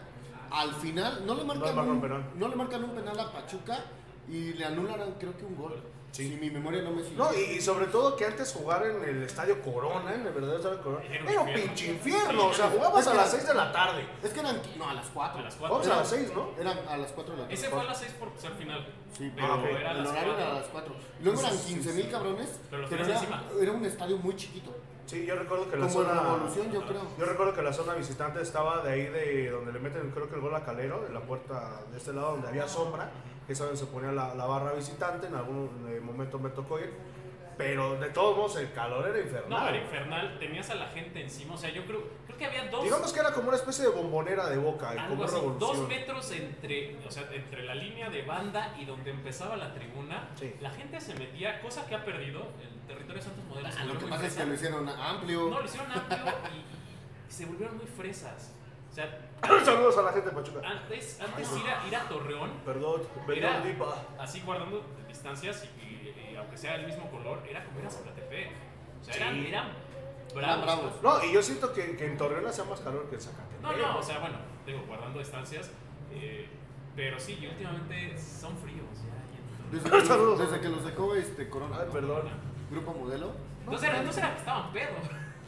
D: al final no le marcan,
B: marcan
D: un,
B: penal.
D: no le marcan un penal a Pachuca y le anulan creo que un gol.
B: Sí.
D: Si mi memoria no me sirve.
B: No, y, y sobre todo que antes jugar en el Estadio Corona, en el verdadero Estadio Corona,
C: Era un
B: era un
C: infierno.
B: pinche infierno. O sea, jugabas
D: Es
B: a
D: que-
B: las 6 de la tarde.
D: Es que eran no, a las 4.
C: A las cuatro.
B: Vamos a las 6, ¿no?
D: Eran a las 4 de la tarde.
C: Ese fue a las 6 por ser final.
D: Sí,
C: pero
B: ah, ok.
C: era a
D: el
C: las
D: horario era a
C: 4.
D: las 4. Luego eran
B: Sí, sí,
D: 15 mil cabrones,
C: Pero los
D: pero
C: tenías
D: era,
C: encima.
D: era un estadio muy chiquito.
B: Sí, yo recuerdo que la
D: Como en
B: zona.
D: Revolución, yo creo.
B: Yo recuerdo que la zona visitante estaba de ahí de donde le meten, creo que el gol a Calero, de la puerta de este lado donde había sombra, que es donde se ponía la, la barra visitante, en algún eh, momento me tocó ir. Pero de todos modos el calor era infernal.
C: No, era infernal, tenías a la gente encima, o sea, yo creo, creo que había dos,
B: Digamos que era como una especie de bombonera de boca,
C: algo
B: como
C: así,
B: revolución.
C: dos metros entre, o sea, entre la línea de banda y donde empezaba la tribuna,
B: Sí.
C: la gente se metía, cosa que ha perdido el territorio de Santos Modernos. se
D: Ah, lo
C: volvió
D: que
C: muy
D: pasa es que
C: fresa.
D: lo hicieron amplio.
C: No, lo hicieron amplio y, y se volvieron muy fresas. O sea,
B: Saludos a la gente de Pachuca.
C: antes, antes ir, a, ir a Torreón,
B: Perdón,
C: Ah, Mira.
B: perdón, Dipa.
C: así guardando distancias y, y- y aunque sea del mismo color, era como ir a Zacatepec. O sea,
B: Sí.
C: eran, eran
D: Eran
C: bravos.
D: bravos.
B: No, y yo siento que, que en Torreón hacía más calor que en Zacatepec.
C: No, no, o sea, bueno, digo, guardando distancias. eh, pero sí, y últimamente son fríos. ya, y entonces-
D: Desde que,
B: Saludos.
D: desde que los dejó este Corona.
B: Ay,
D: ¿no?
B: perdón.
D: Grupo modelo.
C: No será, no será que estaban pedos.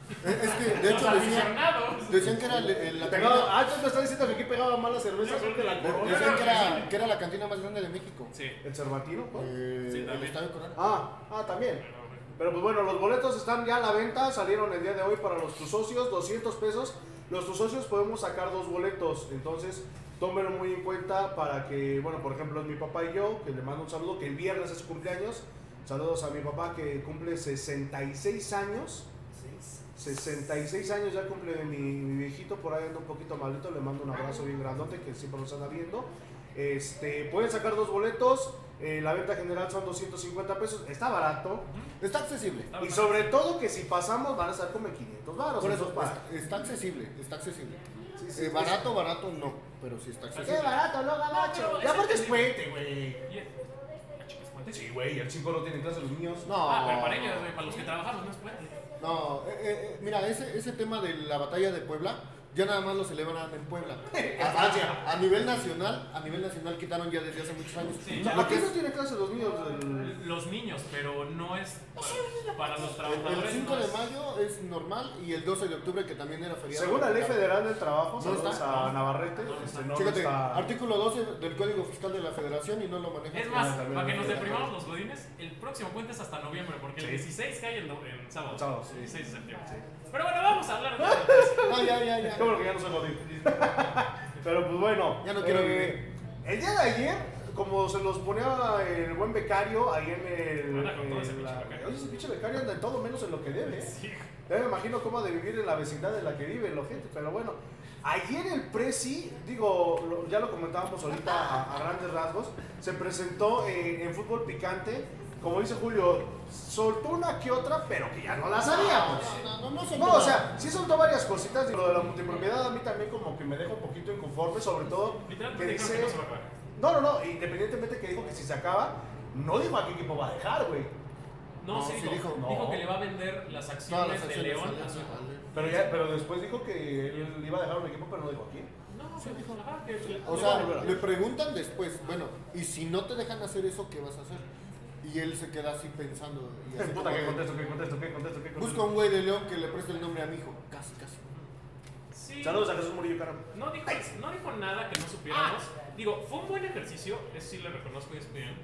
D: Eh, Es que, de
C: Los
D: hecho, decían,
C: aficionados.
D: decían que era el- el- la
B: Pegaba,
D: cantina,
B: ah, entonces me están diciendo que aquí pegaba más la cerveza
C: Yo
B: creo que la
C: creo
B: corona.
D: decían que era, que era la cantina más grande de México.
C: Sí.
B: ¿El Cervantino? ¿cuál?
D: Eh,
C: Sí,
D: el
C: también.
D: estadio Corona.
B: Ah, ah, también.
C: pero bueno.
B: Pero pues bueno, los boletos están ya a la venta, salieron el día de hoy para los tus socios, 200 pesos. Los tus socios podemos sacar dos boletos, entonces tómenlo muy en cuenta para que, bueno, por ejemplo, es mi papá y yo, que le mando un saludo, que el viernes es su cumpleaños. Saludos a mi papá que cumple 66 años. 66 años ya cumple mi, mi viejito, por ahí anda un poquito malito, le mando un abrazo bien grandote que siempre nos anda viendo. Este, pueden sacar dos boletos, eh, la venta general son 250 pesos, está barato,
D: Está accesible.
C: Estaba
B: y sobre todo que si pasamos van a estar como en 500 baros.
D: Por eso,
B: para.
D: está, está accesible, está accesible.
B: Sí, sí,
D: Eh,
B: sí.
D: barato, barato, no, pero sí está accesible.
B: Qué
C: Ah,
B: barato, no
C: No,
B: gabacho.
C: pero
B: Ya
C: es
B: porque es
C: entendible.
B: puente, güey.
C: bien. Ah, chicas, ¿cuántas?
B: Sí, güey, el 5 no tiene clase los niños.
D: No,
C: Ah, pero para ellos, güey, para los que trabajamos no es puente.
D: no, eh, eh, mira, ese, ese tema de la batalla de Puebla, ya nada más lo celebran en Puebla. A, a- a nivel nacional, a nivel nacional quitaron ya desde hace muchos años.
C: Sí,
D: Lo
C: ya.
B: ¿Por
D: que
B: qué
D: es-
B: no tiene clase los niños? El-
C: Los niños, pero no es para, para los
D: el
C: trabajadores.
D: 5
C: no
D: de
C: es-
D: mayo es normal y el 12 de octubre que también era feriado.
B: Según la ley federal del trabajo,
D: No
B: saludos
D: está.
B: a Navarrete.
C: No
B: este,
C: está.
B: no
D: Chécate,
B: está-
D: artículo 12 del Código Fiscal de la Federación y no lo maneja.
C: Es más,
B: también
C: para que
B: es
C: nos
B: verdad.
C: deprimamos los godines, el próximo puente es hasta noviembre, porque el
B: Sí.
C: 16 cae en, no- en sábado.
B: Sábado, sí.
C: 16 de septiembre.
B: Sí.
C: Pero bueno, vamos a hablar de la noticia.
D: No, Ah, ya, ya, ya.
B: Qué bueno que ya no soy Godín. Pero pues bueno. eh,
D: Ya no quiero vivir.
B: El día de ayer, como se los ponía el buen becario ahí en el.
C: Anda con todo ese
B: en
C: pinche
B: la-
C: becario.
B: Oye, ese pinche becario anda en todo menos en lo que debe. ¿eh?
C: Sí.
B: Ya me imagino cómo ha de vivir en la vecindad en la que vive la gente, pero bueno. Ayer el Prezi, digo, lo- ya lo comentábamos ahorita a, a grandes rasgos, se presentó en, en fútbol picante, como dice Julio, soltó una que otra, pero que ya no la sabíamos.
D: No, no, no,
B: No, o sea, sí soltó varias cositas, y lo de la multipropiedad a mí también como que me deja un poquito inconforme, sobre todo que
C: Literalmente dijeron que
B: dice...
C: no se va a pagar.
B: No, no, no, independientemente que dijo que si se acaba, no dijo a qué equipo va a dejar, güey.
C: No,
D: No,
C: sí,
D: sí
C: dijo,
D: dijo,
B: no.
C: dijo que le va a vender las acciones,
D: Todas las
C: de
D: acciones
C: León ah,
D: salen,
C: a su
D: salen.
B: Pero, ya, pero después dijo que él iba a dejar un equipo, pero no dijo a quién.
C: No, sí, dijo, ajá, que le-
D: O
C: le va a
D: sea,
C: volver.
D: le preguntan después, bueno, y si no te dejan hacer eso, ¿qué vas a hacer? Y él se queda así pensando. Y así
B: Puta,
D: como
B: que
D: de,
B: contesto, que contesto, que contesto, que
D: Busca
B: contesto.
D: un güey de León que le preste el nombre a mi hijo. Casi, casi.
C: Sí.
B: Saludos a Jesús Murillo Caro.
C: No dijo, no dijo nada que no supiéramos. Digo, fue un buen ejercicio, eso sí le reconozco y es bien,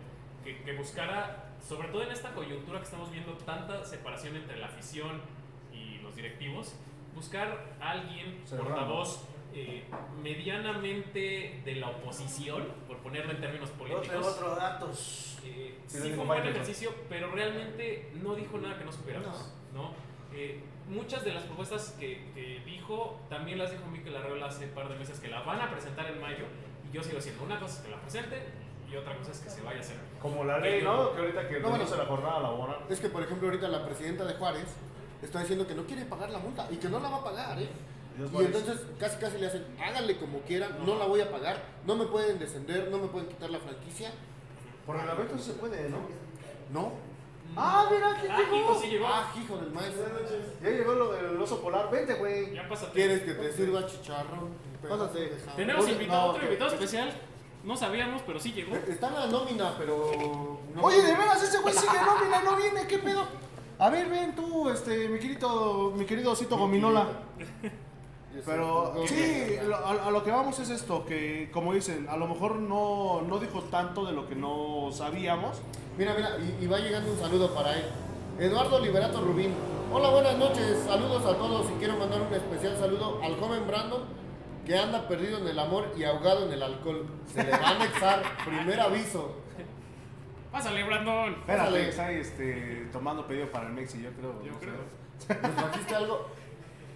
C: que, que buscara, sobre todo en esta coyuntura que estamos viendo, tanta separación entre la afición y los directivos, buscar a alguien,
B: Cerrado.
C: portavoz, eh, medianamente de la oposición, por ponerlo en términos políticos.
B: datos.
C: Eh,
B: Sí,
C: sí
B: lo
C: fue
B: dijo
C: un buen
B: Michael.
C: ejercicio, pero realmente no dijo nada que no supiéramos, ¿no? Eh, muchas de las propuestas que, que dijo, también las dijo Mikel Arreola hace un par de meses que la van a presentar en mayo, y yo sigo diciendo, una cosa es que la presenten y otra cosa es que se vaya a hacer.
B: Como la ley, ¿no? Que ahorita que
D: No, bueno.
B: no se la jornada laboral.
D: Es que, por ejemplo, ahorita la presidenta de Juárez está diciendo que no quiere pagar la multa y que no la va a pagar, ¿eh?
B: Dios
D: Y
B: Juárez.
D: entonces casi casi le hacen, háganle como quieran, no la voy a pagar, no me pueden descender, no me pueden quitar la franquicia.
B: Por reglamento sí se puede, ¿no?
D: No.
B: Ah, mira, ¿quién
C: Ah, hijo, sí llegó.
D: Ah, hijo del maestro.
B: Ya llegó lo- el oso polar. Vente, güey.
C: Ya pásate.
D: ¿Quieres que te sirva chicharrón?
B: Pásate.
D: Pedazo de jamón.
C: Tenemos
B: Oye,
C: invitado,
B: no,
C: otro
B: que-
C: invitado especial, no sabíamos, pero sí llegó.
D: Está en la nómina, pero. no-
B: Oye, de veras, ese güey sigue nómina, no viene, ¿qué pedo? A ver, ven tú, este, mi querido, mi querido Osito Gominola.
D: Yo sé,
B: Pero
D: no,
B: sí,
D: no, no.
B: lo- a, a lo que vamos es esto, que como dicen, a lo mejor no, no dijo tanto de lo que no sabíamos.
D: Mira, mira, y, y va llegando un saludo para él. Eduardo Liberato Rubín. Hola, buenas noches. Saludos a todos y quiero mandar un especial saludo al joven Brandon que anda perdido en el amor y ahogado en el alcohol. Se le va a anexar. Primer aviso.
C: Pásale, Brandon.
D: Espérate,
G: Pásale.
D: que está ahí, este, tomando pedido para el Mexi, yo creo.
C: Yo
D: no sé.
C: creo.
G: ¿Nos trajiste algo?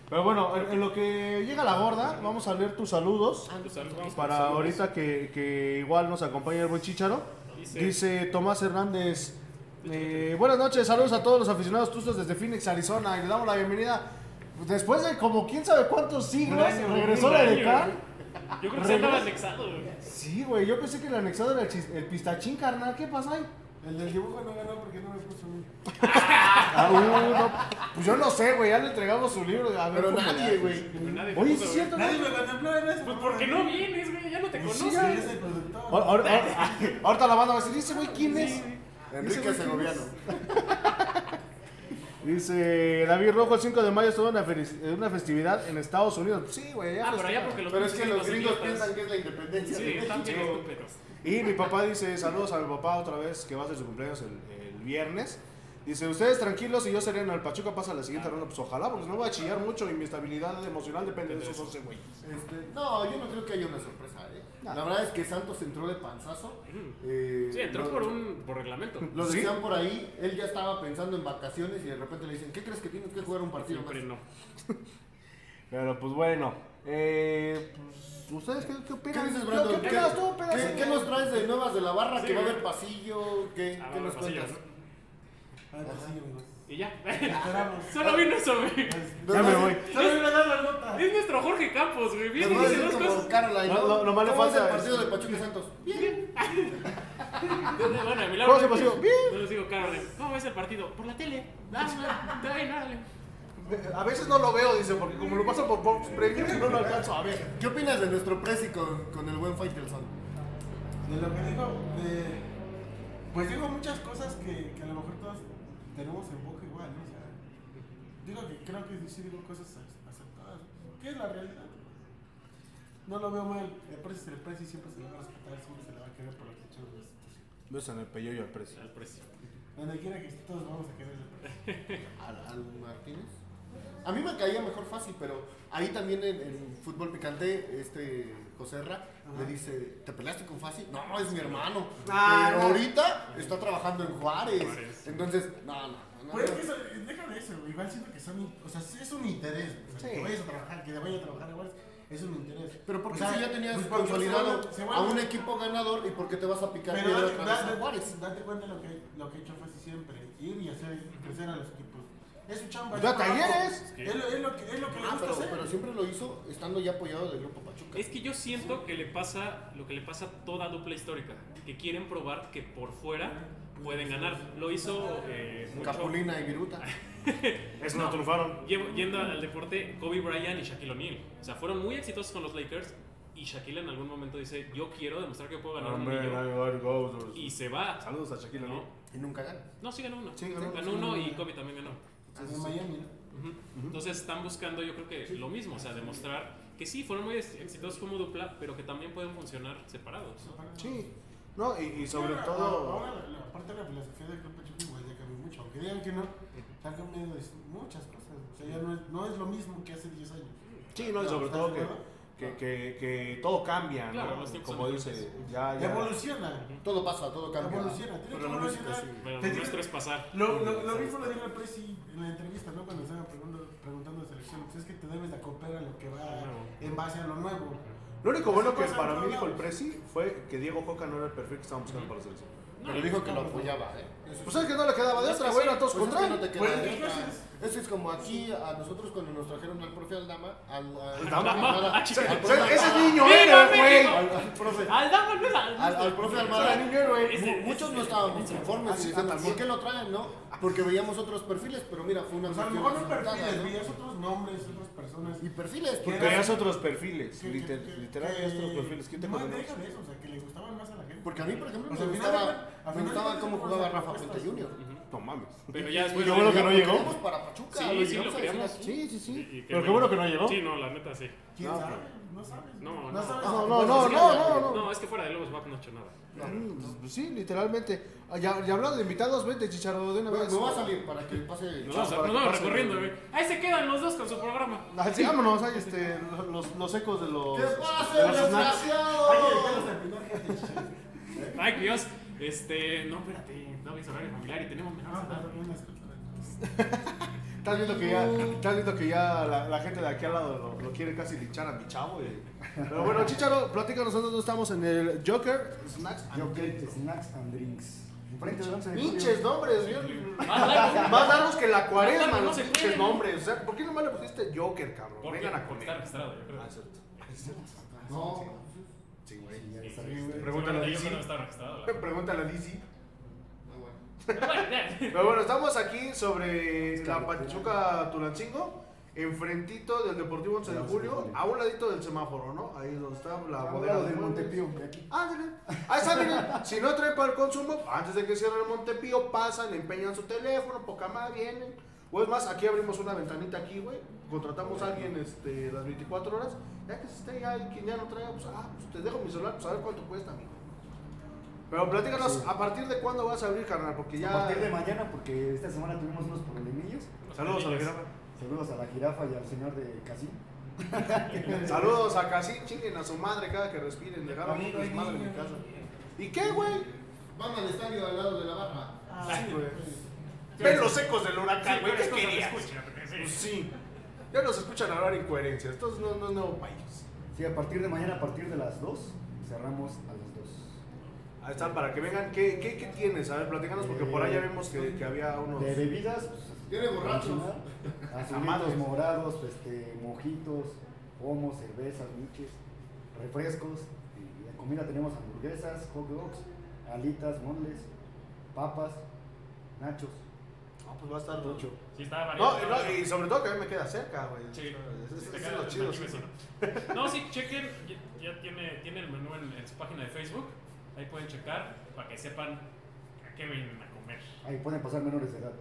D: Pero bueno, en, en lo que llega la gorda, vamos a leer tus saludos.
C: Pues, vamos con
D: Para
C: saludos.
D: ahorita que, que igual nos acompaña el buen Chicharo.
C: Dice-
D: Dice, Tomás Hernández. eh, buenas noches, saludos a todos los aficionados tuzos desde Phoenix, Arizona. Y le damos la bienvenida. Después de como quién sabe cuántos siglos, regresó
C: Un
D: la
C: año,
D: EDECAR.
C: güey. Yo creo que se andaba anexado, güey.
D: Sí, güey, yo pensé que el anexado era el, chis- el pistachín, carnal. ¿Qué pasa ahí?
G: El del dibujo no ganó porque no me puso un...
D: Ah, uh, no. Pues yo no sé, güey, ya le entregamos su libro. A ver
G: Pero
D: cómo le
G: nadie,
D: hace.
G: güey.
C: Pero nadie
D: Oye,
C: puso,
D: sí es
C: güey.
D: cierto,
F: Nadie
D: ¿no?
F: me contempló en eso.
C: Pues porque no vienes, güey, ya no te
D: Pues sí,
C: conoces.
D: ya.
F: Es el productor.
D: Ahor- ahor- ahor- Ahorita la banda va a decir, dice, güey, ¿quién es?
G: Enrique Segoviano.
D: Dice David Rojo, el 5 de mayo es toda una, felici- eh, una festividad en Estados Unidos. Pues Sí, güey. ya
C: Ah, pero
D: festejan.
C: allá porque los
G: Pero es que
C: pinches
G: los gringos
C: idiotas.
G: piensan que es la independencia.
C: Sí,
G: de
C: están bien
G: México.
C: estúpidos.
D: Y mi papá dice, saludos a mi papá otra vez, que va a ser su cumpleaños el, el viernes. Dice, ustedes tranquilos y yo seré en el Pachuca, pasa la
G: Ah.
D: siguiente ronda. Pues ojalá, porque si no voy a chillar mucho y mi estabilidad emocional depende de esos 11 güeyes.
G: Este, no, yo no creo que haya una sorpresa. ¿eh?
D: No.
G: La verdad es que Santos entró de panzazo. eh,
C: Sí, entró
G: lo-
C: por un por reglamento.
G: Lo
D: Sí.
G: decían por ahí, él ya estaba pensando en vacaciones y de repente le dicen, ¿qué crees que tienes que jugar un partido más?
C: Siempre no.
D: Pero pues bueno, eh, pues, ¿ustedes qué, qué
G: ¿Qué
D: opinan?
G: dices, Brandon?
D: ¿Qué opinas tú, pedazo?
G: qué- qué nos traes de nuevas de la barra?
C: Sí,
G: ¿Que va a
C: güey.
G: haber pasillo? ¿Qué,
C: Ah,
G: qué
C: bueno,
G: nos
C: pasillo,
G: cuentas? Ah.
F: Ah, pues sí, güey.
C: Y ya.
F: Esperamos.
C: Solo vino eso, güey.
D: Ya me voy.
F: Solo iba a dar la nota.
C: Es nuestro Jorge Campos, güey. Viene y
G: Nos va a
C: dice
G: decir
C: dos
G: como
C: cosas.
G: Caroline,
D: No, no, nomás le
G: ¿Cómo es el
D: falta-
G: partido de Pachuca Santos?
C: Bueno, a mi lado.
D: ¿Cómo se
C: güey,
D: pasó? Bien.
C: No les digo, Carol, ¿cómo ves el partido? Por la tele. Ah, Está bien, órale.
D: A veces no lo veo, dice, porque como lo pasan por box premium, no lo alcanzo a ver.
G: ¿Qué opinas de nuestro presi con, con el buen Faitelson?
F: De lo que dijo, de- pues digo muchas cosas que, que a lo mejor todas tenemos en boca igual, ¿no? O sea, digo que creo que sí digo cosas ac- aceptadas, que es la realidad. No lo veo mal, el precio es el precio y siempre se le va a respetar, siempre se le va a querer por lo que hecho es.
D: Ves en el pello y al precio.
C: Al precio.
F: Donde quiera que esté, todos vamos a querer el precio.
G: ¿Al, al Martínez? A mí me caía mejor fácil, pero ahí también en, en fútbol picante, este José Herra le dice, ¿te peleaste con Fácil? No, es mi hermano.
F: Ah,
G: pero
F: no.
G: ahorita está trabajando en Juárez.
C: Juárez.
G: Entonces, no, no, no.
F: Pero Pues es
G: no.
F: que eso, eh, deja de eso, güey, igual siento que son, in- o sea, sí es un interés, o sea,
D: Sí.
F: que vayas a trabajar, que te vayas a trabajar igual, es un interés.
G: Pero porque
F: O sea,
G: si ya tenías
F: pues porque se
G: consolidado
F: vuelve- se
G: a
F: vuelve-
G: un equipo ganador y por qué te vas a picar
F: Pero
G: piedra
F: date,
G: otra vez
F: date-
G: a Juárez?
F: date cuenta lo que, lo que ha hecho Fassi siempre, ir y hacer crecer a los equipos. Es su
D: Da
F: chamba. es su trabajo.
D: talleres.
F: Es lo, es lo que, es lo que le
G: Pues Ah,
F: gusta
G: pero,
F: hacer.
G: pero siempre lo hizo estando ya apoyado del grupo Pachuca.
C: Es que yo siento que le pasa lo que le pasa a toda dupla histórica, que quieren probar que por fuera pueden ganar. Lo hizo eh, mucho-
G: Capulina y Viruta.
D: Es no triunfaron.
C: Llevo- Yendo al deporte, Kobe Bryant y Shaquille O'Neal. O sea, fueron muy exitosos con los Lakers y Shaquille en algún momento dice, yo quiero demostrar que puedo ganar un millón. Y se va.
D: Saludos a Shaquille
C: ¿no?
D: O'Neal.
G: Y nunca ganó.
C: No, sí ganó uno.
D: Sí, ganó uno,
C: uno y Kobe también ganó.
F: Ah, en Miami, ¿no?
C: Ujú. Entonces están buscando, yo creo que lo mismo, o sea, demostrar que sí, fueron muy ex- exitosos como dupla, pero que también pueden funcionar separados.
D: Sí. No, y, y sobre
F: Ahora-
D: todo.
F: Ahora, la, la parte de la filosofía del Club Pachuca igual ya cambió mucho. Aunque digan que no, se han cambiado es- muchas cosas. O sea, ya no es, no es lo mismo que hace 10 años.
D: Sí, no, y sobre
F: ¿Estás
D: todo
F: de
D: que,
F: acuerdo?
D: que, que, que todo cambia,
C: Claro,
D: ¿no?
C: los tiempos
D: Como
C: son
D: dice,
C: diferentes.
D: ya, ya.
F: Evoluciona.
G: Todo pasa, todo cambia.
F: Evoluciona, tiene
G: Pero
F: que
G: la música
F: evolucionar.
G: sí.
C: Pero
F: Te-
C: nuestro es pasar.
F: Lo, lo, lo mismo lo dijo el Presi en la entrevista, ¿no? Cuando estaban preguntando, preguntando de selección. Pues es que te debes de acoplar a lo que va en base a lo nuevo.
D: Lo único
G: Pues,
D: bueno que
F: Eso pasa en
D: para mí
F: todos
D: dijo el
F: lados.
D: Presi fue que Diego Coca no era el perfil que estábamos buscando para la selección.
G: Pero dijo que lo apoyaba, ¿eh? Eso
D: Pues es que no le quedaba de otra, güey, eran todos
G: Pues es
D: contra
G: que
D: él.
G: no te queda de
F: Bueno, ¿qué
G: otra.
F: haces?
G: Eso es como aquí a nosotros cuando nos trajeron al profe Aldama. Al, al-
C: Aldama.
G: Almada.
C: Ah, chica.
G: Al
D: O sea,
G: profe
D: Ese
G: Almada.
D: niño
C: ¡Viva
D: era, güey.
C: México!
G: Al, al profe.
C: Al Dama, no es al-
G: Al, al profe Almada.
D: Era niño héroe.
G: Mu- Muchos no estábamos
D: Ah,
G: conformes.
D: sí,
G: y decían,
D: ah, también.
G: ¿Por qué lo traen, no? Porque veíamos otros perfiles, pero mira, fue una
F: O sea, a lo
G: cuestión
F: mejor no
G: acertada,
F: perfiles,
G: ¿no?
F: veías otros nombres, otras personas.
G: Y perfiles,
F: ¿Qué
G: porque
D: Tenías otros perfiles,
F: Que-
D: liter-
F: que-
D: literal,
F: que-
D: tenías otros perfiles. ¿Quién te
F: no,
D: condenó?
F: deja de eso, o sea, que le gustaban más a la gente.
G: Porque a mí, por ejemplo,
F: O sea,
G: me
F: al final de
G: gustaba,
F: cuentas- al
G: me
F: final de
G: gustaba
F: cuentas
G: cómo
F: es
G: jugaba
F: por las
G: Rafa Puente
F: propuestas.
G: Junior.
D: No mames.
C: Pero ya después.
D: Yo creo que no
G: Lo
D: llegó.
G: queríamos para Pachuca.
C: Sí, sí, lo
G: llegamos a decir
C: queríamos.
G: aquí.
D: Sí, sí, sí.
C: Y qué
D: Pero qué bueno que no llegó.
C: Sí, no, la neta sí.
F: ¿Quién
D: No,
F: sabe? No sabes.
C: No, no.
F: no sabes.
D: No,
F: Pues
D: no, Ah, no,
F: es que-
D: no, no, no.
C: No, es que fuera de Lobos WAP no ha hecho nada.
D: Mm, pues, pues sí, literalmente. Ah, Ya, ya hablando de invitados, vete, chicharro, de una
G: Bueno,
D: vez.
G: no va a salir para que pase.
C: Nos vamos, a-
D: Chao, para
C: nos
D: que
C: vamos
D: pase.
C: recorriendo, güey. Ahí se quedan los dos con su programa.
D: Ah, sí, vámonos, hay este, los, los ecos de los.
G: ¡Que pase,
D: de los snacks.
G: desgraciado!
F: Oye, ¿qué vas a opinar?
C: Ay, Dios. Este, no, espérate, no es horario familiar y tenemos menores
B: Ah,
C: de edad.
B: perdón, es que-
D: Estás viendo que ya, estás viendo que ya la, la gente de aquí al lado lo, lo quiere casi linchar a mi chavo. eh. Pero bueno, Chicharo, platícanos, nosotros estamos en el Joker Snacks and
G: Yo que
D: Drinks.
G: snacks and drinks. Enfrente del once de
D: Pinches
G: julio.
D: nombres, bien.
C: Más largo,
D: Más largos que la cuaresma,
C: Ah, No
D: los
C: se
D: pinches
C: pueden.
D: nombres. O sea, ¿por qué nomás le pusiste Joker, cabrón?
C: Porque
D: Vengan a
C: por
D: comer.
C: estar registrado, yo creo.
D: Ah, es cierto.
F: No,
D: Sí, güey.
G: Sí, ya
C: Sí,
G: está
C: sí,
G: bien.
C: sí.
D: Pregúntale a
C: Seguramente yo
D: DC.
C: creo que no está registrado. la-
D: Pregúntale a DC.
F: Ah, bueno.
D: Pero bueno, estamos aquí sobre la
G: Escalofriante.
D: Pachuca Tulancingo, enfrentito del Deportivo 11 de
G: Once de
D: Julio,
G: Julio.
D: a un ladito del semáforo, ¿no? Ahí es donde está la
G: Ah,
D: bodega
G: del
D: muebles.
G: Montepío, de aquí.
D: Ándale. Ahí está, miren. Si no traen para el consumo, antes de que cierre el Montepío, pasan, empeñan su teléfono, poca más vienen. O es más, aquí abrimos una ventanita aquí, güey. Contratamos a alguien este, las 24 horas. Ya que se esté ahí, quien ya no traiga, pues, ah, pues te dejo mi celular, pues a ver cuánto cuesta, amigo. Pero platícanos,
G: Sí.
D: ¿a partir de cuándo vas a abrir, carnal? Porque ya...
G: A partir de mañana, porque esta semana tuvimos unos problemillos.
D: Saludos a la jirafa.
G: Saludos a la jirafa y al señor de Casín.
D: Saludos a Casín, chinguen a su madre cada que respiren. Dejaron
B: Amigo,
D: a su madre en mi
B: amigo.
D: casa. ¿Y qué, güey?
F: Van al estadio al lado de la barra.
B: Ah, sí,
D: güey.
B: pues.
D: Ven los secos del huracán,
C: Sí,
D: güey.
C: pero
D: ¿Qué
C: es cosa que
D: querías?
C: escucha, porque sí.
D: Pues sí. Ya nos escuchan hablar incoherencias. Entonces no, no es nuevo país.
G: Sí, a partir de mañana, a partir de las 2, cerramos a las 2.
D: Ahí están, para que vengan. ¿Qué, qué, qué tienes? A ver, platícanos, porque por allá vemos que, que había unos.
G: De bebidas, pues,
F: Viene borracho.
G: Azulitos
D: Amados.
G: morados, este, mojitos, pomos, cervezas, miches, refrescos. Y de comida tenemos hamburguesas, hot dogs, alitas, moles, papas, nachos.
D: No, pues va a estar mucho.
C: Sí, estaba
D: No,
C: variado.
D: no, y sobre todo que a mí me queda cerca, güey.
C: Sí,
D: Eso es,
C: te
D: eso es
C: queda
D: lo
C: el
D: chido, sí.
C: menú vecino. No, sí, chequen, ya- ya tiene, tiene el menú en, en su página de Facebook, ahí pueden checar para que sepan a qué vienen a comer.
G: Ahí pueden pasar menores de edad.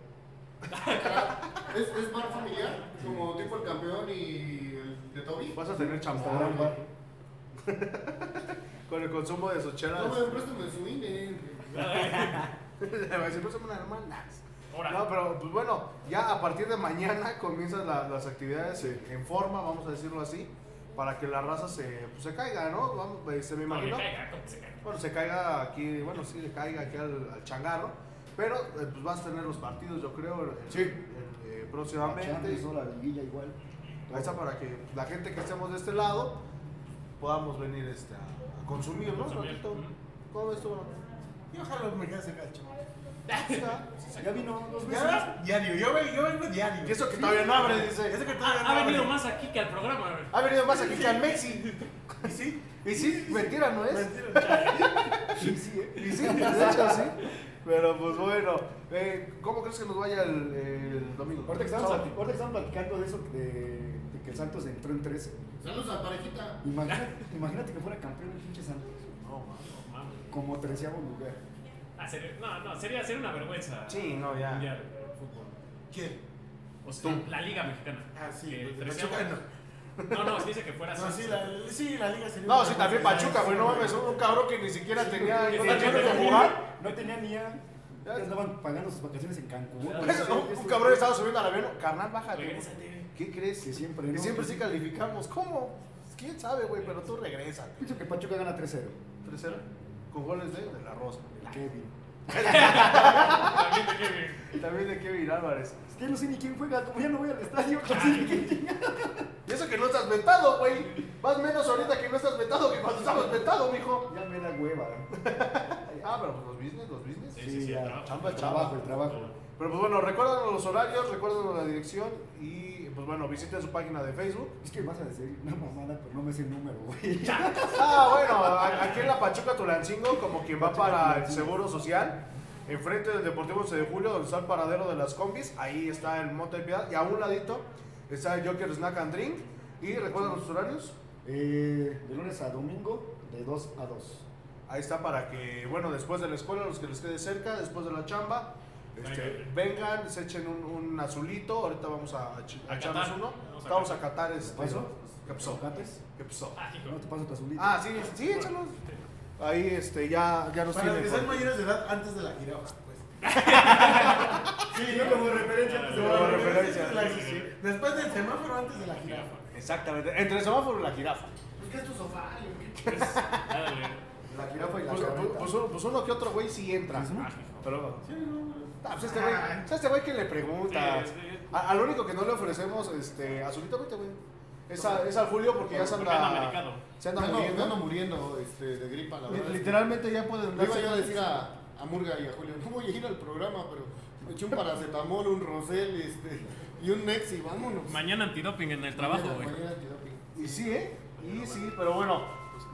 F: Es, es bar familiar, como tipo el campeón y el de Toby.
D: Vas a tener
G: Hasta gran bar.
D: champán con el consumo de sus chelas.
F: No, me préstame eh. su INE.
D: Si préstame una hermana.
C: Ahora,
D: No, pero pues bueno, ya a partir de mañana comienzan la- las actividades en, en forma, vamos a decirlo así, para que la raza se, pues, se caiga, ¿no? Vamos, pues, se me
C: no, que
D: imagino.
C: caiga, que se caiga.
D: Bueno, se caiga aquí, bueno, sí, le caiga aquí al, al changarro, pero eh, pues vas a tener los partidos, yo creo, eh,
G: Sí.
D: eh,
G: La
D: próximamente.
G: Champions, la liguilla igual.
D: Ahí está para que la gente que estemos de este lado podamos venir este, a, a consumir, ¿no?
C: Consumir.
D: Ratito.
C: Ujú.
D: ¿Cómo ves tú, bro?
B: Y ojalá me quede cerca del chaval.
G: Ya vino dos veces.
B: Ya, Diario, yo vengo, yo vengo diario.
D: Y eso que todavía no abre, dice. Ah,
B: Eso que
C: Ha,
B: todavía
C: ha
B: no abre.
C: venido más aquí que al programa. güey.
D: Ha venido más aquí que al Messi.
B: Y sí,
D: Y sí, mentira, ¿no es?
B: mentira, chale.
G: Sí, sí, eh.
D: Y sí, de hecho sí. Pero pues bueno, eh, ¿cómo crees que nos vaya el, el domingo?
G: Ahorita que estaban
D: Sábado.
G: plati- ahorita que estaban platicando de eso, de, de que el Santos entró en 13.
F: Saludos a parejita.
G: Imagínate, imagínate que fuera campeón el pinche Santos.
D: No, mames.
C: No, mames.
G: Como treceavo lugar.
C: Ah, sería- no, no, sería, sería una vergüenza.
D: Sí, no, ya.
C: mundial, el fútbol.
B: ¿Quién?
C: O sea, la Liga Mexicana.
B: Ah, sí,
C: Que
B: pues, de
C: treceavo-
B: Pachuca
C: No, no, se dice que fuera
F: Ah,
B: No,
C: así.
B: sí, la, sí, la liga sería.
D: No, sí, también Pachuca, güey, no mames, un cabrón que ni siquiera tenía
C: Sí,
D: no
C: sí,
D: tenía
C: sí,
D: que
C: sí.
D: jugar.
G: No tenía ni a. Ya andaban pagando sus vacaciones en Cancún. Pues, este,
C: Ya,
D: Por eso, ¿no? Un cabrón estaba subiendo al avión, carnal, bájate. güey.
C: Regrésate.
D: ¿Qué crees?
G: Que siempre,
D: Que
G: ¿no?
D: siempre sí calificamos. ¿Cómo? ¿Quién sabe, güey? Pero tú regresa.
G: Pienso este que Pachuca gana 3-0.
D: 3-0. Con goles de, de la Rosa.
G: El Kevin.
C: También de que-
D: También de Kevin Álvarez.
G: Es que no sé ni quién juega, como ya no voy al estadio, no sé ni quién chinga.
D: Y eso que no estás vetado, güey. Más menos ahorita que no estás vetado que cuando estabas vetado, mijo.
G: Ya me da hueva.
D: Ah, pero pues los business, los business.
C: Sí, sí, sí,
G: ya.
C: el trabajo.
D: Chamba,
G: el
D: chamba.
G: trabajo, el trabajo.
D: Pero pues bueno, recuérdanos los horarios, recuérdanos la dirección y pues bueno, visiten su página de Facebook.
G: Es que vas a decir una mamada, pero no me sé el número, güey.
D: Ah, bueno, a- aquí en la Pachuca Tulancingo, como quien va para el Seguro Social, enfrente del Deportivo 11 de Julio, donde está el paradero de las combis, ahí está el Monte de Piedad y a un ladito está el Joker Snack and Drink. Y recuerdan los horarios,
G: Eh, de lunes a domingo, de 2 a 2.
D: ahí está para que, bueno, después de la escuela, los que les quede cerca, después de la chamba, este, vengan, se echen un, un azulito, ahorita vamos a, a chi- a
C: A
D: echarnos
C: catar.
D: uno,
C: Vamos a
D: vamos a catar este...
G: ¿Paso?
D: ¿Qué pasó?
G: ¿Aguacates?
D: ¿Qué pasó?
C: Ah, hijo.
G: No te paso tu azulito.
D: Ah, sí, sí, échalos. Ahí este, ya, ya nos
B: Para
D: tiene.
B: que sean
D: Como
B: mayores de edad antes de la jirafa, pues.
G: sí, yo como referencia.
C: pues,
D: como referencia.
B: Antes de la- Después del semáforo, antes de la jirafa.
D: Exactamente. Entre el semáforo y la jirafa.
F: Pues que es tu sofá.
C: Pues, ándale.
B: La jirafa y la
D: Pues, pues,
B: carnita.
D: pues uno- pues uno que otro güey sí entra.
F: Sí, sí.
D: Ah, Pero.
F: Sí, no, no.
D: Ah, pues este güey, pues este güey que le pregunta.
C: Sí, sí.
D: A- Al único que no le ofrecemos, este, azulitamente, güey. Es, a- es al Julio porque ya se
C: Porque anda
D: anda.
C: medicado.
D: Se anda
G: Ando muriendo, ando
D: muriendo.
G: muriendo este, de gripa, la verdad.
B: Literalmente ya pueden
G: Le
B: andar
G: iba yo a
B: secos.
G: decir a, a Murga y a Julio, no voy a ir al programa, pero me eché un paracetamol, un rosel este, y un Nexi, vámonos.
C: Mañana antidoping en el trabajo, güey.
G: Mañana antidoping.
D: Y sí, ¿eh? Y sí, pero bueno.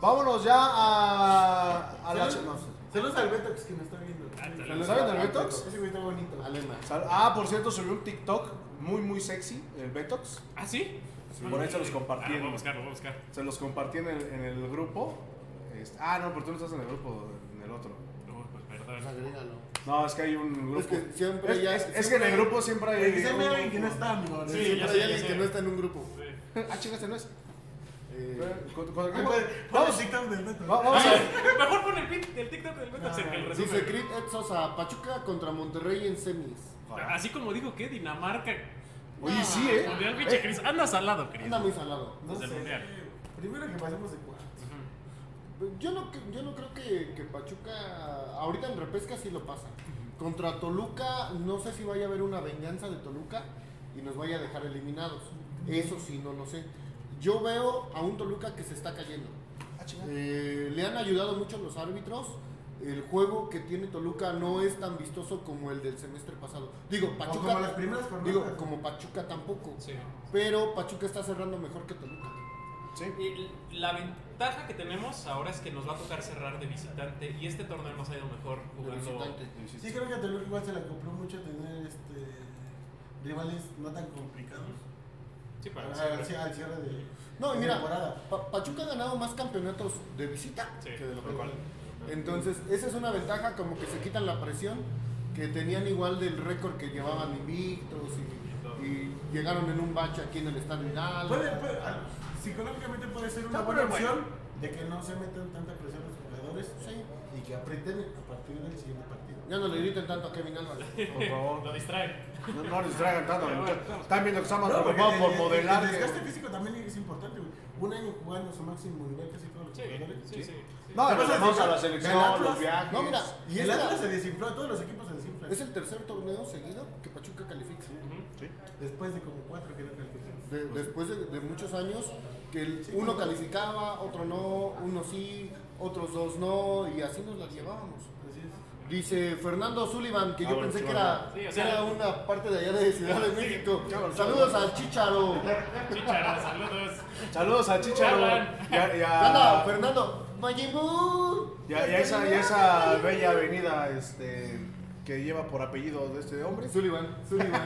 D: Vámonos ya a. a la.
G: Saludos.
F: Saludos al Betox que me está viendo.
C: Ah, saludos.
D: ¿Lo saben del Betox?
F: Ese güey está bonito.
G: Alema.
D: Sal- Ah, por cierto, subió un TikTok muy, muy sexy, el Betox.
C: ¿Ah, sí?
D: Por ahí se los
C: Ah,
D: compartí.
C: lo
D: en-
C: voy a buscar, lo voy a buscar.
D: se los compartí en el, en el grupo. Este, ah, no, pero tú no estás en el grupo, en el otro.
C: Uy, pues
G: Pues
C: perdón.
G: agrégalo.
D: No, es que hay un grupo.
G: Es que siempre
D: Es-
G: ya-
D: es- es que en
G: siempre-
D: el grupo siempre hay.
F: Que se me alguien que no está, amigo.
C: Sí,
F: Ese-
C: ya
G: Siempre
C: sé,
G: hay
C: ya
G: alguien
C: sé.
G: que no está en un grupo.
C: Sí.
D: Ah, chingas, no es.
G: Eh, Ah.
D: Con- con el
F: Pon-
D: grupo-
F: pon el
D: Vamos,
F: TikTok del Betox.
D: va- vamos a.
C: Mejor pon el, pin- el TikTok del Betox
F: Ah,
C: en el
G: dice
C: resumen.
G: Crit Ed Sosa, Pachuca contra Monterrey en semis.
C: Así como digo que Dinamarca.
D: Oye, sí, ¿eh?
C: Mundial, pinche Cris. Andas al lado, Cris.
G: Anda muy salado.
F: No
C: Desde el
F: sé.
C: mundial.
F: Primero que pasemos de cuartos.
G: Yo no, cre- yo no creo que, que Pachuca, ahorita en repesca sí lo pasa. Contra Toluca, no sé si vaya a haber una venganza de Toluca y nos vaya a dejar eliminados. Eso sí, no lo sé. Yo veo a un Toluca que se está cayendo. Eh, le han ayudado mucho los árbitros. El juego que tiene Toluca no es tan vistoso como el del semestre pasado. Digo, Pachuca.
F: como las primeras jornadas.
G: digo, como Pachuca tampoco.
C: Sí.
G: Pero Pachuca está cerrando mejor que Toluca.
D: Sí.
C: Y la ventaja que tenemos ahora es que nos va a tocar cerrar de visitante. Y este torneo nos ha ido mejor
G: de
C: jugando.
G: visitante.
F: Sí, creo que a Toluca igual se la compró mucho tener este, rivales no tan complicados.
C: Sí, para
G: Ah,
F: Al
C: siempre.
F: Ah, al cierre, de.
G: No, y
F: de
G: mira,
F: temporada.
G: Pa- Pachuca ha ganado más campeonatos de visita
C: Sí,
G: ah, que de
C: tal
G: local. Entonces, esa es una ventaja, como que se quitan la presión que tenían igual del récord que llevaban invictos y, y llegaron en un bache aquí en el estadio Hidalgo.
F: Puede, puede- al- psicológicamente puede ser una
D: Está
F: buena
D: bueno,
F: opción de que no se metan tanta presión los jugadores
G: Sí.
F: y que aprieten a partir del siguiente partido.
G: Ya no le griten tanto a Kevin Álvarez.
D: Por favor.
C: Lo distraen.
D: No, no les traigan tanto.
C: Pero bueno,
D: muchachos. Están viendo que estamos
F: No, porque
D: preocupados
F: el-
D: por
F: el-
D: modelar.
F: El
D: que-
F: desgaste físico también es importante. güey. Un año jugando a su máximo nivel casi todos los
C: Sí,
F: jugadores.
C: sí, sí. sí.
D: No,
F: ¿Te
D: nos
F: vas a
D: vamos a
F: fijar?
D: la
F: Del
D: selección,
F: Atlas.
D: los viajes.
G: No, mira,
F: Y
G: y
F: el Atlas se
G: esta
F: desinfló, todos los equipos se desinflan.
G: es el tercer torneo seguido que Pachuca califica.
F: Después de como cuatro que no califican.
G: De-
C: Pues
G: después de, de muchos años que el- uno calificaba, otro no, uno sí, otros dos no, y así nos las llevábamos.
F: Así es.
G: Dice Fernando Sullivan, que
D: Ah,
G: yo
D: bueno,
G: pensé que
D: Sullivan.
G: era,
C: Sí, o
G: que
C: sea-
G: era una parte de allá de Ciudad de México. Saludos al Chicharo.
C: Chicharo, saludos.
D: Saludos a Chicharo.
C: Hablan.
D: Y a, y a-
C: Ah.
G: Anda, Fernando. Majin Buu.
D: y a- y a esa, y a esa bella avenida este, que lleva por apellido de este hombre.
G: Sullivan, Sullivan.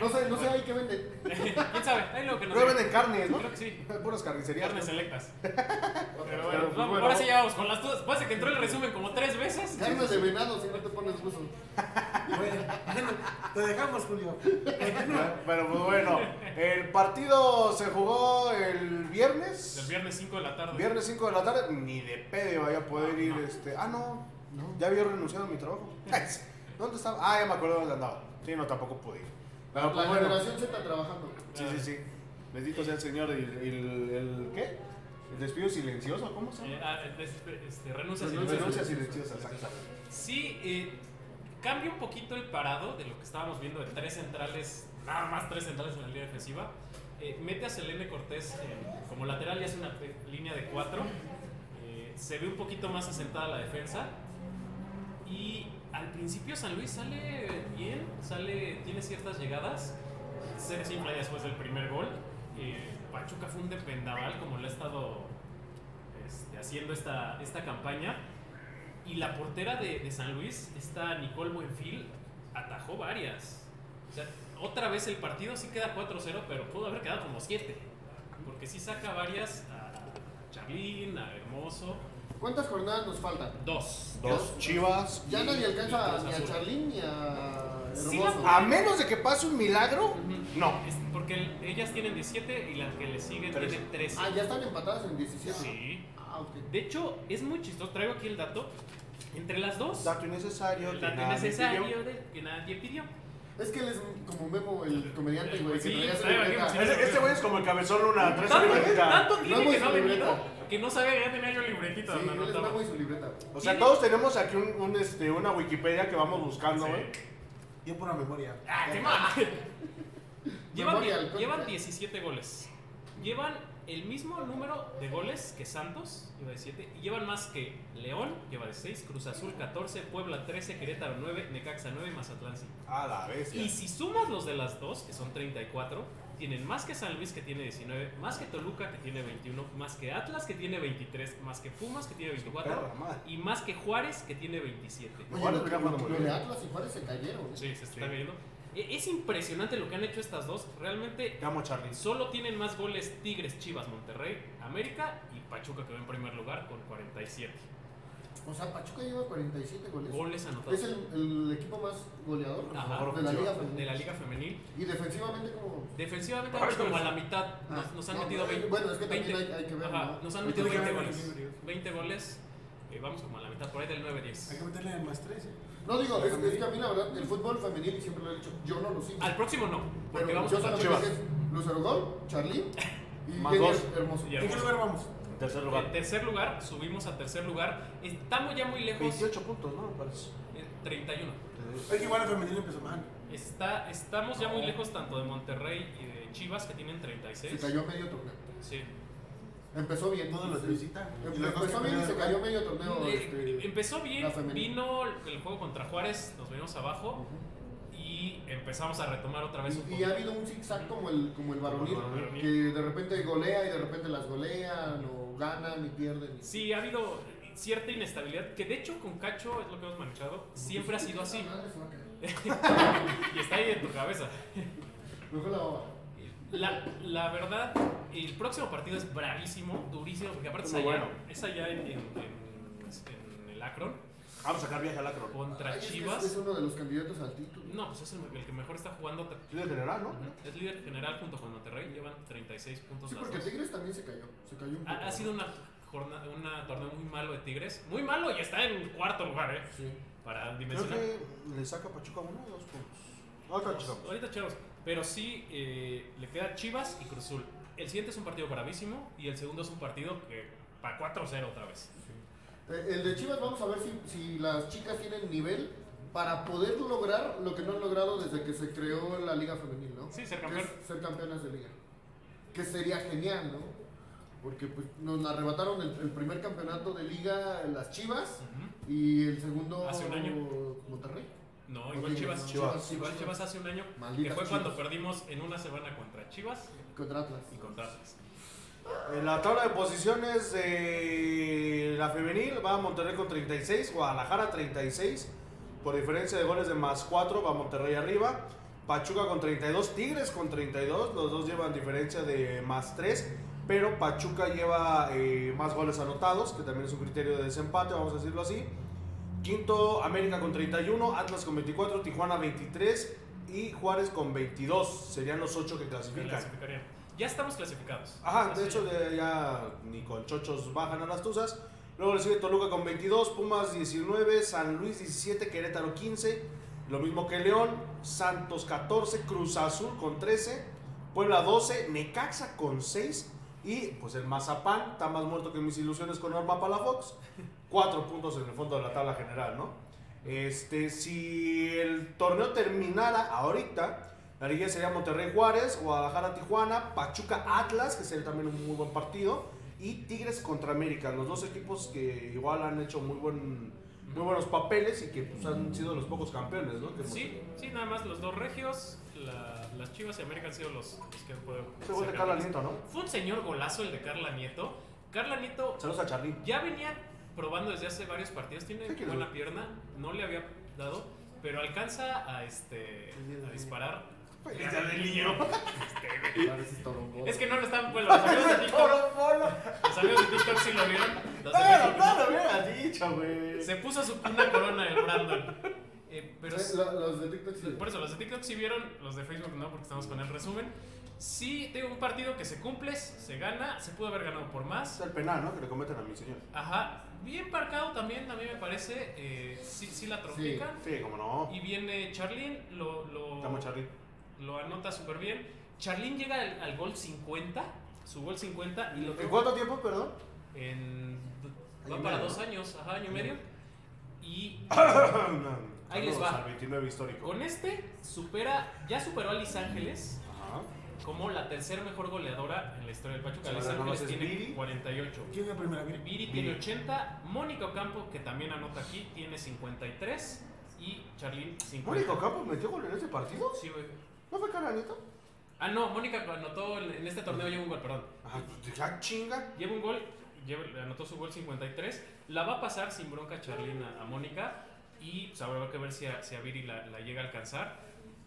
G: No sé, no sé ahí qué vende.
C: ¿Quién sabe? Ahí lo que nos
D: Prueba
C: diga.
D: de carnes, ¿no?
C: Creo que sí.
D: Puras carnicerías.
C: Carnes
G: pues.
C: selectas. Pero bueno,
D: Pero, pues,
C: vamos,
D: bueno,
C: ahora sí ya vamos con las dudas. Parece que entró el resumen como tres veces.
G: Carne de venado si no te pones gusto.
F: Bueno, bueno, te dejamos, Julio.
D: Pero pues bueno, el partido se jugó el viernes.
C: El viernes 5 de la tarde.
D: Viernes 5 de la tarde, ni de pedo vaya a poder ir
C: No.
D: este. Ah, no, ya había renunciado a mi trabajo. ¿Dónde estaba? Ah, ya me acuerdo dónde andaba. Sí, no, tampoco pude ir. Pero
G: La
D: pues bueno.
G: generación Z trabajando.
D: Sí, sí, sí. Bendito sea el Señor. ¿El, el, el qué? ¿El despido silencioso? ¿Cómo se
C: Eh,
D: llama?
C: ah, este, este, renuncia
D: Renuncia
C: silenciosa.
D: renuncia silenciosa, exacto.
C: Sí, eh, cambia un poquito el parado de lo que estábamos viendo de tres centrales, nada más tres centrales en la línea defensiva. Eh, mete a Selene Cortés en- como lateral y hace una pe- línea de cuatro. Eh, se ve un poquito más asentada la defensa. Y al principio San Luis sale bien, sale, tiene ciertas llegadas. Se desinfla ya después del primer gol. Eh, Pachuca fue un dependaval como lo ha estado este, haciendo esta, esta campaña. Y la portera de, de San Luis, esta Nicole Buenfil, atajó varias. O sea, otra vez el partido sí queda 4-0, pero pudo haber quedado como 7. Porque sí saca varias a Charlín, a Hermoso.
G: ¿Cuántas jornadas nos faltan?
C: Dos.
D: Dos chivas.
G: Ya
C: Y-
G: nadie
C: y
G: alcanza
C: Cruz
G: ni a
C: Azul.
G: Charlín ni a
C: Sí, la-
G: Hermoso.
D: A menos de que pase un milagro,
C: Ujú.
D: no.
C: Es porque el- ellas tienen 17 y la que le sigue
D: Trece.
C: tiene 13.
G: Ah, ya están empatadas en 17.
C: Sí.
G: Ah, ok.
C: De hecho, es muy chistoso. Traigo aquí el dato. Entre las dos,
D: Dato innecesario.
C: el
D: que
C: dato
D: nadie
C: innecesario de- que nadie pidió.
G: Es que él es un- como Memo, el comediante, güey, que
C: Sí,
G: traía su
C: traigo aquí
G: libreta.
C: un
D: Este este güey es como el cabezón luna, trae su
C: Tanto,
D: libretita.
C: tanto tiene
G: Memo y
C: que no
G: su
C: le
G: libreta.
C: vino que no sabía que ya tenía yo libretita
G: Sí,
C: donde
G: él es
C: anotaba.
G: Memo y su libreta. güey.
D: O sea, todos tenemos aquí un, un, este, una Wikipedia que vamos buscando,
C: Sí.
D: güey.
F: Yo pura memoria.
C: Ah, qué mal. llevan,
G: Memoria
C: die-
G: alcohólica.
C: llevan 17 goles. Llevan el mismo número de goles que Santos, lleva 17, y llevan más que León, lleva de 6, Cruz Azul 14, Puebla 13, Querétaro 9, Necaxa 9 y Mazatlán 5.
D: A la bestia.
C: Y si sumas los de las dos, que son 34, tienen más que San Luis, que tiene 19, más que Toluca, que tiene 21, más que Atlas, que tiene 23, más que Pumas, que tiene 24,
D: Perra madre.
C: y más que Juárez, que tiene 27.
G: Oye,
D: Juárez
G: lo que-
D: venía jugando muy
G: lo de
D: bien.
G: Atlas y Juárez se cayeron. ¿eh?
C: Sí, se está viendo. E- Es impresionante lo que han hecho estas dos. Realmente
D: Te amo, Charlie.
C: solo tienen más goles Tigres, Chivas, Monterrey, América y Pachuca, que va en primer lugar con 47
G: O sea, Pachuca lleva 47 goles.
C: goles
G: Es
C: anotados
G: el, el equipo más goleador
C: Ajá.
G: de la Liga
C: de la
G: Femenil.
C: Liga Femenil.
G: Y defensivamente, como.
C: Defensivamente vamos como a la mitad. Nos,
G: Ah,
C: nos han
G: no,
C: metido
G: eh,
C: 20.
G: bueno, es que también
C: 20.
G: hay- hay que ver,
C: Ajá,
G: ¿no?
C: Nos han
G: Hay
C: metido
F: que ver,
C: 20
F: hay que
C: goles.
F: ver.
C: 20 goles. eh, vamos como a la mitad, por ahí del
F: Hay que
C: 9-10.
F: meterle más tres. ¿eh?
G: No digo, es, es que a mí la verdad, el fútbol femenil, y siempre lo he dicho, yo no lo sigo.
C: Al próximo no, porque
G: Pero
C: vamos
G: yo
C: con
G: solamente
D: Chivas.
G: sé es Lucero Gol, Charly y
D: Más
G: Jenny
D: dos.
G: Hermoso.
C: Y
F: ¿En qué
C: Hermoso.
F: lugar vamos?
D: En tercer
C: En tercer lugar, subimos a tercer lugar. Estamos ya muy lejos.
D: 28 puntos, ¿no? Me parece.
C: eh, 31.
F: Es que igual el femenil empezó mal.
C: Está, estamos
G: Ah.
C: ya muy lejos tanto de Monterrey y de Chivas, que tienen 36.
G: Se cayó medio torneo.
C: Sí.
G: Empezó bien.
F: Todos los de visita. Y los dos
G: Empezó
F: que
G: bien y se
F: perdieron.
G: cayó medio torneo.
C: Eh,
G: este,
C: Empezó bien,
G: la femenil.
C: vino el juego contra Juárez, nos venimos abajo y empezamos a retomar otra vez un
G: Y, y
C: poco.
G: ha habido un zigzag como el, como el varonil,
D: Como el
C: varonil.
G: que de repente golea y de repente las golean, o ganan y pierden. y-
C: Sí, ha habido cierta inestabilidad, que de hecho con Cacho es lo que hemos manejado, siempre ha sido así.
G: Esta madre se va a caer.
C: Y está ahí en tu cabeza.
G: Me fue la baba.
C: La, la verdad, el próximo partido es bravísimo, durísimo, porque aparte es
D: Muy
C: allá,
D: bueno.
C: es allá en, en- en- en el Akron
D: Vamos a sacar viaje al acro.
C: contra
G: Ay, Ah, es que
C: Chivas.
G: Es, es uno de los candidatos al título.
C: No, pues es el, el que mejor está jugando.
D: Tú de general, ¿no?
C: Ujú, Es líder general junto con Monterrey, llevan 36 puntos.
G: Sí,
C: las
G: porque
C: dos.
G: Tigres también se cayó. Se cayó un poco.
C: Ha, ha sido una jornada, una torneo muy malo de Tigres. Muy malo y está en cuarto lugar, ¿eh?
G: Sí.
C: Para
D: Creo
C: dimensionar.
D: que le saca Pachuca uno o dos puntos. Ahorita chocamos.
C: Ahorita chavos. Pero sí, eh, le queda Chivas y Cruz Azul. El siguiente es un partido bravísimo y el segundo es un partido que para 4-0 otra vez.
G: Eh, El de Chivas, vamos a ver si, si las chicas tienen nivel para poder lograr lo que no han logrado desde que se creó la Liga Femenil, ¿no?
C: Sí, ser
G: Que
C: campeón.
G: es ser campeonas de Liga. Que sería genial, ¿no? Porque pues, nos arrebataron el, el primer campeonato de Liga eh, las Chivas
C: Ujú.
G: y el segundo
C: Hace un año.
G: Monterrey.
C: No,
G: Ok,
C: igual Chivas.
G: no,
D: Chivas.
C: Igual Chivas hace un año, que
G: Malditas
C: fue cuando
G: Chivas.
C: perdimos en una semana contra Chivas
G: Contra Atlas.
C: y contra Atlas.
D: En Eh, la tabla de posiciones de la femenil va Monterrey con 36, Guadalajara 36, por diferencia de goles de más 4 va Monterrey arriba, Pachuca con 32, Tigres con 32, los dos llevan diferencia de más 3, pero Pachuca lleva eh, más goles anotados, que también es un criterio de desempate, vamos a decirlo así. Quinto, América con 31, Atlas con 24, Tijuana 23 y Juárez con 22, serían los 8 que
C: que
D: clasifican.
C: clasificarían. Ya estamos clasificados.
D: Ajá,
C: Así
D: de hecho de- ya ni con chochos bajan a las tuzas. Luego le sigue Toluca con 22, Pumas 19, San Luis 17, Querétaro 15, lo mismo que León, Santos 14, Cruz Azul con 13, Puebla 12, Necaxa con 6 y pues el Mazapán está más muerto que mis ilusiones con Norma Palafox. Cuatro puntos en el fondo de la tabla general, ¿no? Este, si el torneo terminara ahorita, la liguilla sería Monterrey Juárez, Guadalajara Tijuana, Pachuca Atlas, que sería también un muy buen partido, y Tigres contra América, los dos equipos que igual han hecho muy buen muy buenos papeles y que pues, han sido los pocos campeones, ¿no? Que hemos
C: Sí,
D: tenido.
C: sí, nada más los dos regios, la- las Chivas y América han sido los, los que han podido.
D: Ese gol de
C: ser
D: Carla
C: campeones.
D: Nieto, ¿no?
C: Fue un señor golazo el de Carla Nieto. Carla Nieto
D: Saludos a Charly.
C: ya venía probando desde hace varios partidos, tiene
D: Sí, que
C: buena
D: lo-
C: pierna, no le había dado, pero alcanza a, este, a disparar. Pues,
D: Felicidad del niño.
G: Pareces Torongo.
C: Este, Es que no lo estaban, pues los amigos de TikTok,
D: ¡Polo, polo!
C: los amigos de TikTok sí lo vieron. los de
D: Pero
C: TikTok
D: no lo hubieras dicho, güey.
C: Se puso su, una corona el Brandon. eh, pero
G: Eh, la- los de TikTok sí.
C: Por eso, los de TikTok sí vieron, los de Facebook no, porque estamos con el resumen. Sí, tengo un partido que se cumple, se gana, se pudo haber ganado por más.
D: Es el penal, ¿no? Que le cometen a mi señor.
C: Ajá, bien marcado también, a mí me parece. eh, sí, sí la tropican.
D: Sí, como no.
C: Y viene Charlín, lo, lo,
D: Estamos Charlie.
C: lo anota súper bien. Charlín llega al, al gol 50, su gol 50, y lo
D: ¿En
C: toca
D: cuánto tiempo, perdón?
C: en-
G: Año
C: va
G: y
C: para
G: medio,
C: dos
G: ¿no?
C: años, ajá, año y medio. Y Ahí
D: Saludos
C: les va.
D: Al 29 histórico.
C: con este supera, ya superó a Liz Ángeles.
D: Ajá.
C: como la tercer mejor goleadora en la historia del Pachuca.
D: Sí,
C: Los
D: nada más
C: Ángeles
D: es
C: tiene
D: Viri.
C: 48.
F: ¿Quién es la primera? Mira,
C: Viri tiene 80. Mónica Ocampo, que también anota aquí, tiene 53. Y Charlín, 50.
D: Mónica Campos metió gol en ese partido.
C: Sí, güey.
D: ¿No fue Cananita?
C: Ah, no, Mónica anotó en en este torneo, lleva un gol, perdón.
D: Ajá, pues, la chinga.
C: Lleva un gol, lleva- anotó su gol 53. La va a pasar sin bronca Charlín a, a Mónica. Y pues, habrá que ver si a, si a Viri la, la llega a alcanzar.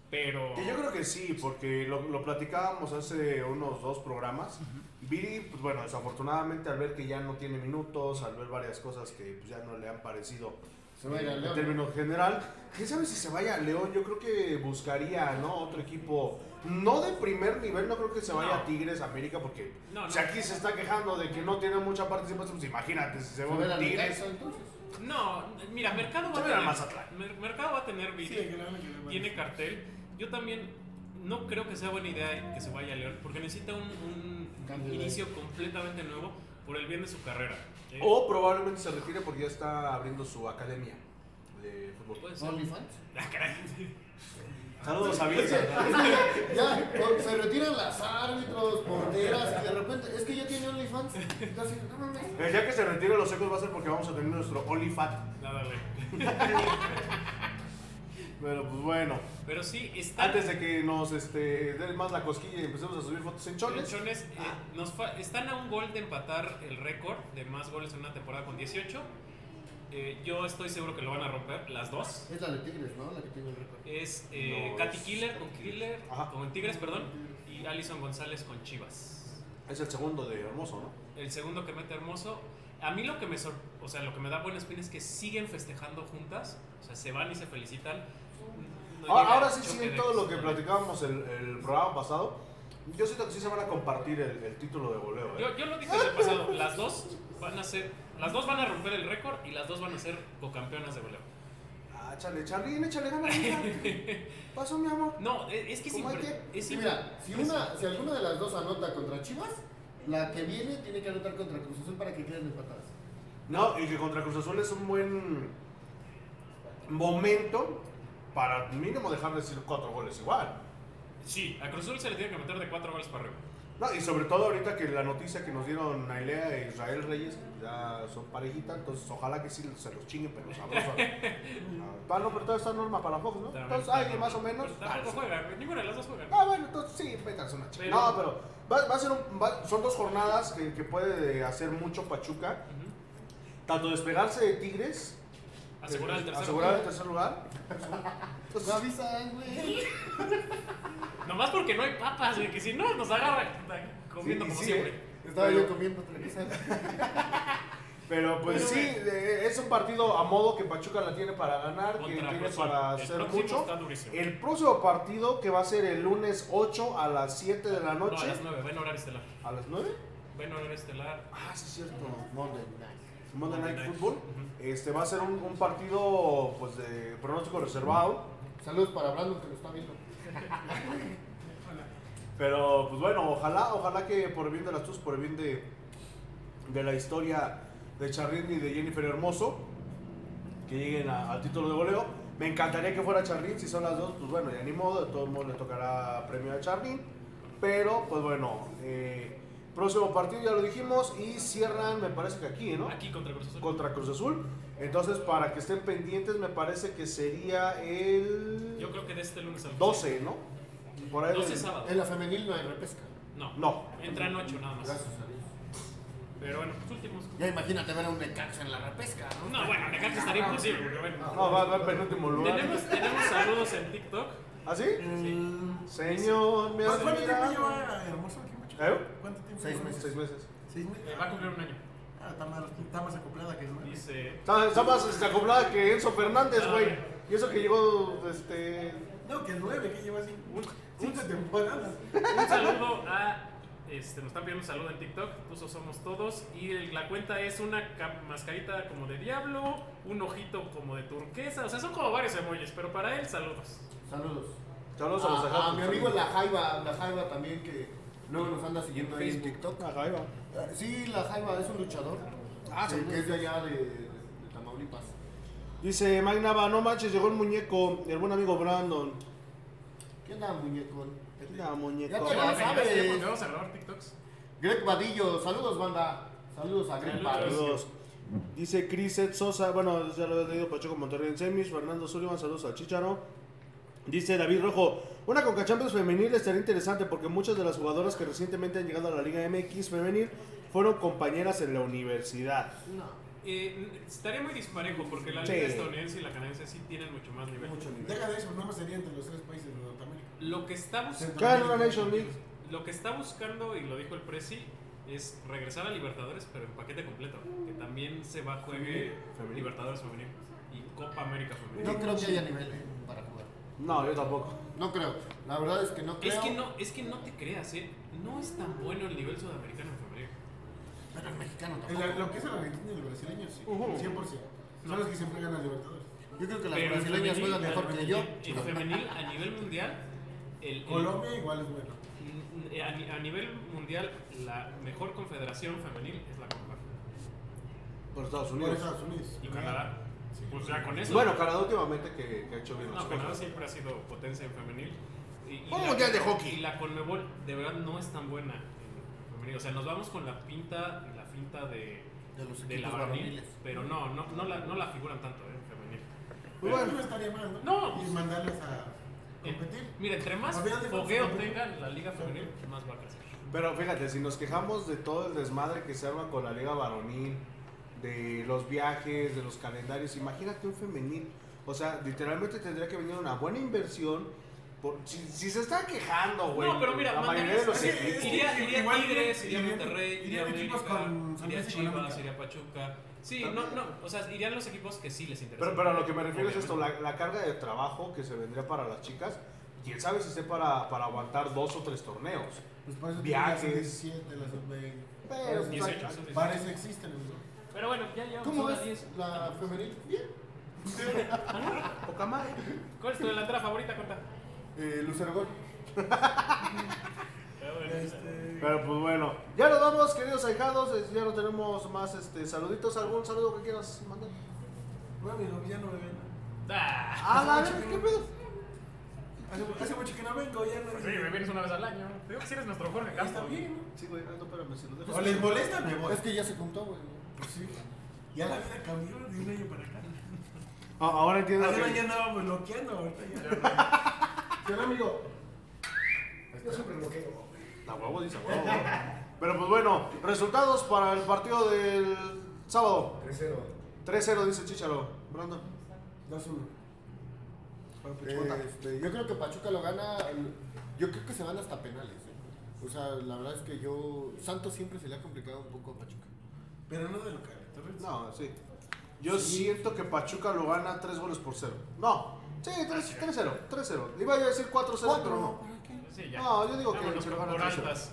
C: Pero.
D: Que yo creo que sí, porque lo, lo platicábamos hace unos dos programas. Viri, pues bueno, desafortunadamente al ver que ya no tiene minutos, al ver varias cosas que pues, ya no le han parecido
G: Se va a ir al
D: en
G: León.
D: términos general, quién sabe si se vaya a León, yo creo que buscaría, ¿no? Otro equipo, no de primer nivel, no creo que se vaya
C: No.
D: a Tigres, América, porque
C: No, no.
D: si aquí se está quejando de que no tiene mucha participación, pues imagínate, si se
G: Se
D: va
G: va a ir
D: a
G: al
D: Tigres,
G: Necaxa, entonces.
C: No, mira, Mercado va
D: Se
C: a
D: ve a
C: tener.
D: Mazatlán.
C: Mer- Mercado va a tener Viri.
F: Sí, que la van a querer,
C: tiene
F: bueno.
C: cartel. Yo también no creo que sea buena idea que se vaya a León, porque necesita un, un
G: Cambio de-
C: inicio completamente nuevo por el bien de su carrera. Eh,
B: Oh.
D: o probablemente se retire porque ya está abriendo su academia de fútbol.
C: Eh, puede ser.
G: OnlyFans.
C: Ah, caray.
D: Saludos a Bielsa.
G: Ya, por- se retiran las árbitros, porteras, y de repente, es que ya tiene OnlyFans. Entonces, no mames.
D: Eh, Ya que se retire los ecos va a ser porque vamos a tener nuestro OnlyFat.
C: Nada, güey.
D: Pero pues bueno,
C: Pero sí, está.
D: antes de que nos este, den más la cosquilla y empecemos a subir fotos en choles,
C: Lechones, eh,
D: Ah.
C: nos fa- están a un gol de empatar el récord de más goles en una temporada con 18. Eh, yo estoy seguro que lo van a romper, las dos.
G: Es la de Tigres, ¿no? La que tiene el récord.
C: Es eh,
D: No,
C: Katy
D: es
C: Killer
D: Katy
C: con
D: Killer.
C: Killer,
D: Ajá.
C: con Tigres, perdón, y Alison González con Chivas.
D: es el segundo de Hermoso, ¿no?
C: El segundo que mete hermoso. A mí lo que me sor- o sea, lo que me da buena espina es que siguen festejando juntas. O sea, se van y se felicitan. No
D: Ahora,
C: llega
D: Ah, ahora
C: el
D: sí
C: choque
D: siguen
C: de-
D: todo lo que platicábamos el, el programa pasado. Yo siento que sí se van a compartir el, el título de goleo. ¿eh?
C: Yo, yo lo dije en el pasado, las dos van a ser, las dos van a romper el récord y las dos van a ser co-campeonas de goleo.
D: Ah, échale, Charlín, échale ganas. hija. Paso, mi amor.
C: No, e- es que es,
G: ¿Cómo hay
C: impre-
G: que?
C: es
G: Sí,
C: impre-
G: mira, si, una, si alguna de las dos anota contra Chivas, la que viene tiene que anotar contra Cruz Azul para que queden empatadas.
D: No, y que contra Cruz Azul es un buen momento para mínimo dejar de decir cuatro goles igual.
C: Sí, a Cruz Azul se le tiene que meter de cuatro goles para arriba.
D: No, y sobre todo ahorita que la noticia que nos dieron Nailea e Israel Reyes, que ya son parejita, entonces ojalá que sí se los chinguen, pero sabroso. Ah, no, pero todo está norma para Fox, ¿no?
C: También
D: Entonces,
C: está-
D: alguien más o menos.
C: Pero
D: Ah,
C: Tampoco
D: sí.
C: juegan, ninguna de las dos juega.
D: Ah, bueno, entonces sí, métanse una chica.
C: Pero-
D: No, pero va, va a ser un- va- son dos jornadas que, que puede hacer mucho Pachuca. Tanto despegarse de Tigres,
C: Asegurar el
D: eh,
C: tercer
D: asegurar el tercer lugar.
G: No avisan, güey.
C: Nomás porque no hay papas, güey, que si no nos agarra comiendo
D: Sí,
C: como
D: sí,
C: siempre.
D: ¿eh?
G: Estaba yo
D: Pero-
G: comiendo otra cosa.
D: Pero pues
C: Pero,
D: sí, eh, es un partido a modo que Pachuca la tiene para ganar, que
C: Contra
D: tiene
C: Cruz Azul.
D: para
C: El
D: hacer
C: próximo
D: mucho.
C: está durísimo.
D: El próximo partido que va a ser el lunes 8 a las 7 de la
C: No, a
D: noche.
C: las 9, ven horario estelar.
D: ¿A las 9?
C: Ven horario estelar.
D: Ah, sí, es cierto.
G: Monday night.
D: Monday Night
C: Night.
D: Football. Este va a ser un, un partido pues de pronóstico reservado.
G: Saludos para Brandon que lo está viendo.
D: Pero pues bueno, ojalá, ojalá que por el bien de las TUS, por el bien de, de la historia de Charrín y de Jennifer Hermoso, que lleguen a- al título de goleo. Me encantaría que fuera Charrín, si son las dos, pues bueno, ya ni modo, de todos modos le tocará premio a Charrín. Pero pues bueno, eh, próximo partido ya lo dijimos y cierran, me parece que aquí, ¿no?
C: Aquí contra Cruz Azul.
D: Contra Cruz Azul. Entonces, para que estén pendientes, me parece que sería el
C: Yo creo que de este lunes al
D: 12, ¿no? Por ahí.
C: 12
D: del-
C: sábado.
G: En la femenil no hay repesca.
C: No.
D: No,
C: Entran 8 nada más.
G: Gracias a Dios.
C: Pero bueno, los últimos.
G: Ya imagínate ver a un Necaxa en la repesca, ¿no?
C: No, bueno, Necaxa estaría imposible, porque bueno.
D: No, va, va en penúltimo lugar.
C: Tenemos, tenemos saludos en TikTok.
D: ¿Ah, sí?
C: Sí.
D: Señor, me has
F: ¿Cuánto tiempo
D: mirado.
F: lleva Hermoso aquí en Pachuca?
D: ¿Eh?
F: ¿Cuánto tiempo?
G: Seis
F: lleva?
G: meses.
D: Seis meses.
F: Seis
C: Eh,
F: meses.
C: Va a cumplir un año.
F: Ah, está más, está más acoplada que el
C: Dice.
D: Está, está más desacoplada que este, Enzo Fernández, güey.
C: Ah,
D: Y eso que llegó, este.
F: No, que nueve, que lleva cinco, un- cinco temporadas.
C: Un saludo a. Este, nos están pidiendo un saludo en TikTok, puso Somos Todos. Y el- la cuenta es una ca- mascarita como de diablo, un ojito como de turquesa. O sea, son como varios emojis, pero para él, saludos.
G: Saludos.
D: Saludos a los
G: Ah, A-
D: ajá.
G: a mi amigo La Jaiba, La Jaiba también que luego nos anda siguiendo ahí en TikTok.
D: Ajá, ahí va.
G: Eh, Sí, La Jaiba es un luchador.
D: Ah,
G: Sí,
D: sí.
G: Que es de allá de, de Tamaulipas.
D: Dice Mike Nava, no manches, llegó el muñeco, el buen amigo Brandon.
G: ¿Qué onda, muñecón?
D: Ya, muñeco.
G: Ya te
C: Ya, ya,
G: la
C: ya,
G: sabes.
C: porque vamos a grabar TikToks.
G: Greg Vadillo, saludos banda. Saludos a Greg
C: Saludos.
G: Vadillo.
D: Saludos. Dice Chris Ed Sosa, bueno, ya lo había leído Pacheco Monterrey en semis, Fernando Sullivan, saludos a Chicharo. Dice David Rojo, una Conca Champions femenil estaría interesante porque muchas de las jugadoras que recientemente han llegado a la Liga MX femenil fueron compañeras en la universidad.
C: Eh, estaría muy disparejo porque la
D: Sí.
C: liga estadounidense y la canadiense sí tienen mucho más nivel.
F: Deja de eso, no me sería entre los tres países de Norteamérica.
C: Lo que está buscando.
D: Carla Nation League.
C: Lo que está buscando, y lo dijo el Prezi, es regresar a Libertadores, pero en paquete completo. Que también se va a juegue
D: Femenil.
C: Libertadores femenil y Copa América femenil.
G: No creo que haya nivel eh, para jugar.
D: No, yo tampoco.
G: No creo. La verdad es que no creo.
C: es, que no, es que no te creas, ¿eh? No es tan bueno el nivel sudamericano femenil.
G: Pero el mexicano
F: El-
G: tampoco.
F: la- lo que es el argentino y el brasileño, sí.
D: Ujú.
F: 100%. Son los que siempre ganan Libertadores.
G: Yo creo que las
C: Pero en
G: brasileñas
C: femenil-
G: juegan mejor que
C: en-
G: yo.
C: En femenil, a nivel mundial, el, el-
F: Colombia igual es bueno.
C: n- Eh, a, ni- a nivel mundial, la mejor confederación femenil es la Copa.
D: Por Estados
F: Por Estados Unidos.
C: Y Canadá. Pues ya con eso.
B: Bueno, Canadá últimamente que, que ha hecho bien las
C: No, Canadá
B: cosas.
C: siempre ha sido potencia en femenil. Y, y
B: Un
C: la-
B: mundial de hockey.
C: Y la Conmebol de verdad no es tan buena en femenil. O sea, nos vamos con la pinta, la finta de,
G: De los
C: de la
G: equipos
C: varonil,
G: varoniles.
C: pero no, no, no, la, no la figuran tanto eh, en femenil.
F: Pero
D: bueno.
F: no estaría mal, ¿no?
C: No.
F: Y mandarlas a
C: Eh,
F: competir.
C: Mira, entre más
F: A ver, ¿dónde
C: fogueo
F: vamos a competir?
C: tenga la liga femenil, más va a crecer.
B: Pero fíjate, si nos quejamos de todo el desmadre que se arma con la Liga Varonil, de los viajes, de los calendarios, imagínate un femenil. O sea, literalmente tendría que venir una buena inversión. por- si, si se está quejando, güey.
C: No, pero mira,
B: la
C: mandarías-
B: mayoría de los
C: Sí,
F: Es que-
B: equipos-
C: Iría, iría
F: Igual
C: Tigres, iría
F: irían-
C: Monterrey, iría
F: irían equipos
C: América,
F: con
C: iría
F: solvencia
C: Chivas,
F: económica.
C: iría Pachuca. Sí, no, no, o sea, irían los equipos que sí les interesan.
B: Pero, pero a lo que me refiero es esto,
C: Obviamente.
B: la, la carga de trabajo que se vendría para las chicas, quién sabe si esté para, para aguantar dos o tres torneos.
F: Pues por eso
B: Viajes. pues,
F: tienen las 17, las 20.
G: Pero,
C: 18, son 18.
F: Bares existen, amigo.
C: Pero bueno, ya llevamos
G: ¿Cómo
C: una
G: ves
C: 10.
G: la femenil? Bien.
B: Poca madre.
C: ¿Cuál es tu delantera favorita, Cota?
G: Eh, Lucero Gol.
F: Este,
B: Pero pues bueno, ya nos vamos, queridos ahijados, eh, ya no tenemos más este saluditos, algún saludo que quieras mandar.
F: no, amigo, ya no me ven.
C: Ah,
B: Ah, la verga, qué pedo.
F: Hace, hace mucho que no vengo, ya no.
C: pues sí, me vienes una vez al año. Te digo que si eres nuestro Jorge
F: Ya está
C: Castro.
F: bien, ¿no?
B: Sí, güey, no, espérame, si lo dejo.
F: O les molesta, me voy.
G: Es que ya se juntó, güey.
F: Pues sí. Ya la vida cambió de un año para acá.
B: Ah,
D: ahora entiendo
F: Hace
D: que-
F: un año andábamos bloqueando, ahorita ya.
G: ¿Qué onda, amigo?
B: La huevo dice a huevo. güey. Pero pues bueno, resultados para el partido del sábado. 3-0 dice Chicharo. Brandon.
F: 2-1. Para Puchota.
G: Eh, este, yo creo que Pachuca lo gana. Yo creo que se van hasta penales. eh. O sea, la verdad es que yo. Santos siempre se le ha complicado un poco a Pachuca.
F: Pero no de local, Torres.
B: No, sí. Yo siento que Pachuca lo gana 3 goles por 0. No. Sí, 3-0, 3-0. Le Iba yo a decir 4-0, pero no.
C: Pues Sí, ya.
B: No, yo digo que-
C: Vámonos
B: que lo
C: por
B: gana Pachuca.
C: altas.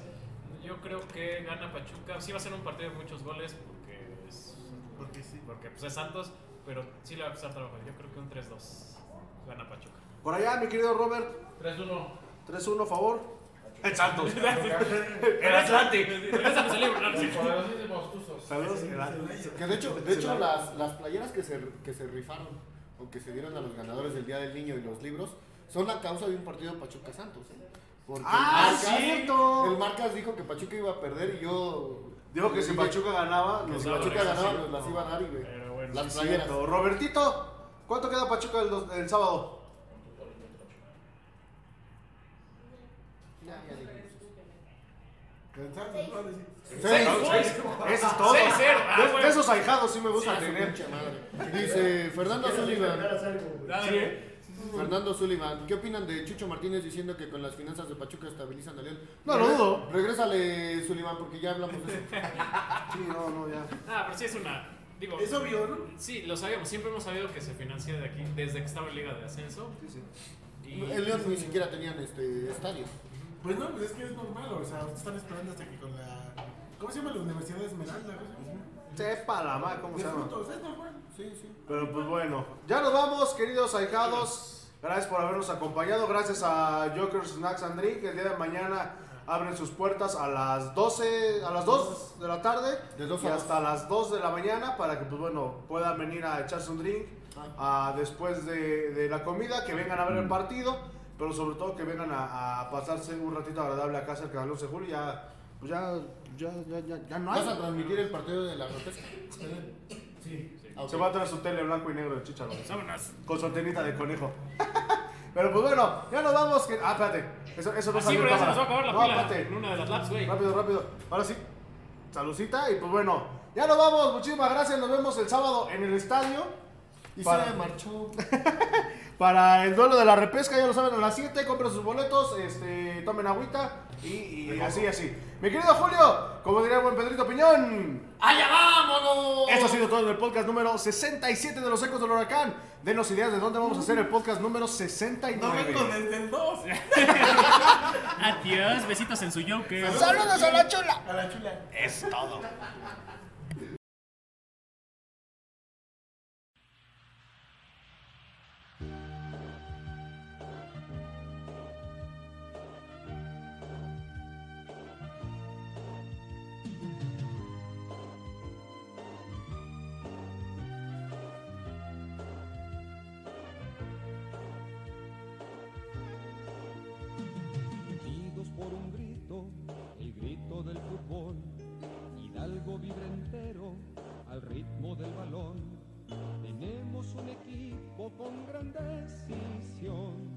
C: Yo creo que gana Pachuca. Sí va a ser un partido de muchos goles porque es,
F: Porque sí.
C: porque, pues, es Santos, pero sí le va a costar trabajo. Yo creo que un 3-2 gana Pachuca.
B: Por allá, mi querido Robert,
C: 3-1.
B: 3-1, favor. El Santos.
C: El Atlante. Regrésame, salió, no, sí.
B: Saludos, el
G: Que de hecho, de hecho las, las playeras que se, que se rifaron o que se dieron a los ganadores del Día del Niño y los libros son la causa de un partido Pachuca Santos. ¿eh? Porque
B: ¡Ah,
G: el Marcas-
B: cierto!
G: El Marcas dijo que Pachuca iba a perder y yo.
B: Digo que
G: le
B: si
G: dije
B: Pachuca ganaba,
G: que
B: nos pues,
G: si
B: iba a
G: Pachuca
B: regresar.
G: ganaba, nos las iba a dar y güey,
C: Pero bueno,
G: las
B: Sí,
G: playeras.
B: cierto. Robertito, ¿cuánto queda Pachuca el, dos- el sábado?
G: Ya, ya dijimos.
F: Cansado, ¿no? Decir,
C: Seis
B: Seis,
C: goles.
B: Eso es todo.
C: Seis, cero. Ah,
B: de,
C: bueno.
B: de esos ahijados sí me gusta
G: Ah, su
B: tener.
G: pinche madre. Dice Fernando Sullivan.
C: Dale.
G: Fernando Sullivan, ¿qué opinan de Chucho Martínez diciendo que con las finanzas de Pachuca estabilizan a León?
B: No lo dudo.
G: Regrésale, Sullivan, porque ya hablamos de eso.
B: Sí, no, no, ya.
C: Ah, pero sí es una Digo,
F: Es obvio, ¿no?
C: sí, lo sabíamos. Siempre hemos sabido que se financia de aquí, desde que estaba en Liga de Ascenso. Y,
G: El León ni siquiera tenían este estadio.
F: Pues no, pues es que es normal, o sea, ustedes están esperando hasta que con la. ¿Cómo se llama la Universidad de Esmeralda? ¿Cómo se llama?
D: Sepa la madre cómo se llama.
F: Disfruto, o sea, es normal.
G: Sí, sí.
D: Pero pues bueno, ya nos vamos, queridos ahijados. Gracias por habernos acompañado. Gracias a Joker Snacks and Drink. El día de mañana abren sus puertas a las 12, a las 2 de la tarde
G: De 2
D: y
G: a
D: hasta las 2 de la mañana para que pues bueno, puedan venir a echarse un drink ah, después de, de la comida, que vengan a ver el partido, pero sobre todo que vengan a, a pasarse un ratito agradable a casa del canal 11 de julio. Ya, pues ya, ya, ya, ya, ya no hay.
G: ¿Vas a transmitir el partido de la grotesca?
F: Sí.
G: Ah, ok.
D: Se va a traer su tele blanco y negro de chicharo.
C: Vámonos.
D: Con su antenita de conejo. Pero pues bueno, ya nos vamos. Que... Ah, espérate. Eso, eso no
C: Así,
D: salió
C: pero
D: en
C: ya se
D: cámara.
C: nos va a acabar la
D: No,
C: pila
D: espérate.
C: en una de las laps, güey.
D: Rápido, rápido. Ahora sí. Salucita y pues bueno, ya nos vamos. Muchísimas gracias. Nos vemos el sábado en el estadio.
G: Y
D: Para-
G: se marchó.
D: Para el duelo de la repesca, ya lo saben, a las 7, compren sus boletos, este, tomen agüita y, y así, así. Mi querido Julio, como diría el buen Pedrito Piñón,
G: ¡Allá vámonos!
D: Esto ha sido todo en el podcast número 67 de los Ecos del Huracán. Denos ideas de dónde vamos a hacer el podcast número
F: No
D: 69.
F: vengo desde el 2.
C: Adiós, besitos en su Joker.
F: Saludos a la chula. A la chula.
A: unidos por un grito, el grito del fútbol. Hidalgo vibra entero al ritmo del balón. Tenemos un equipo con gran decisión.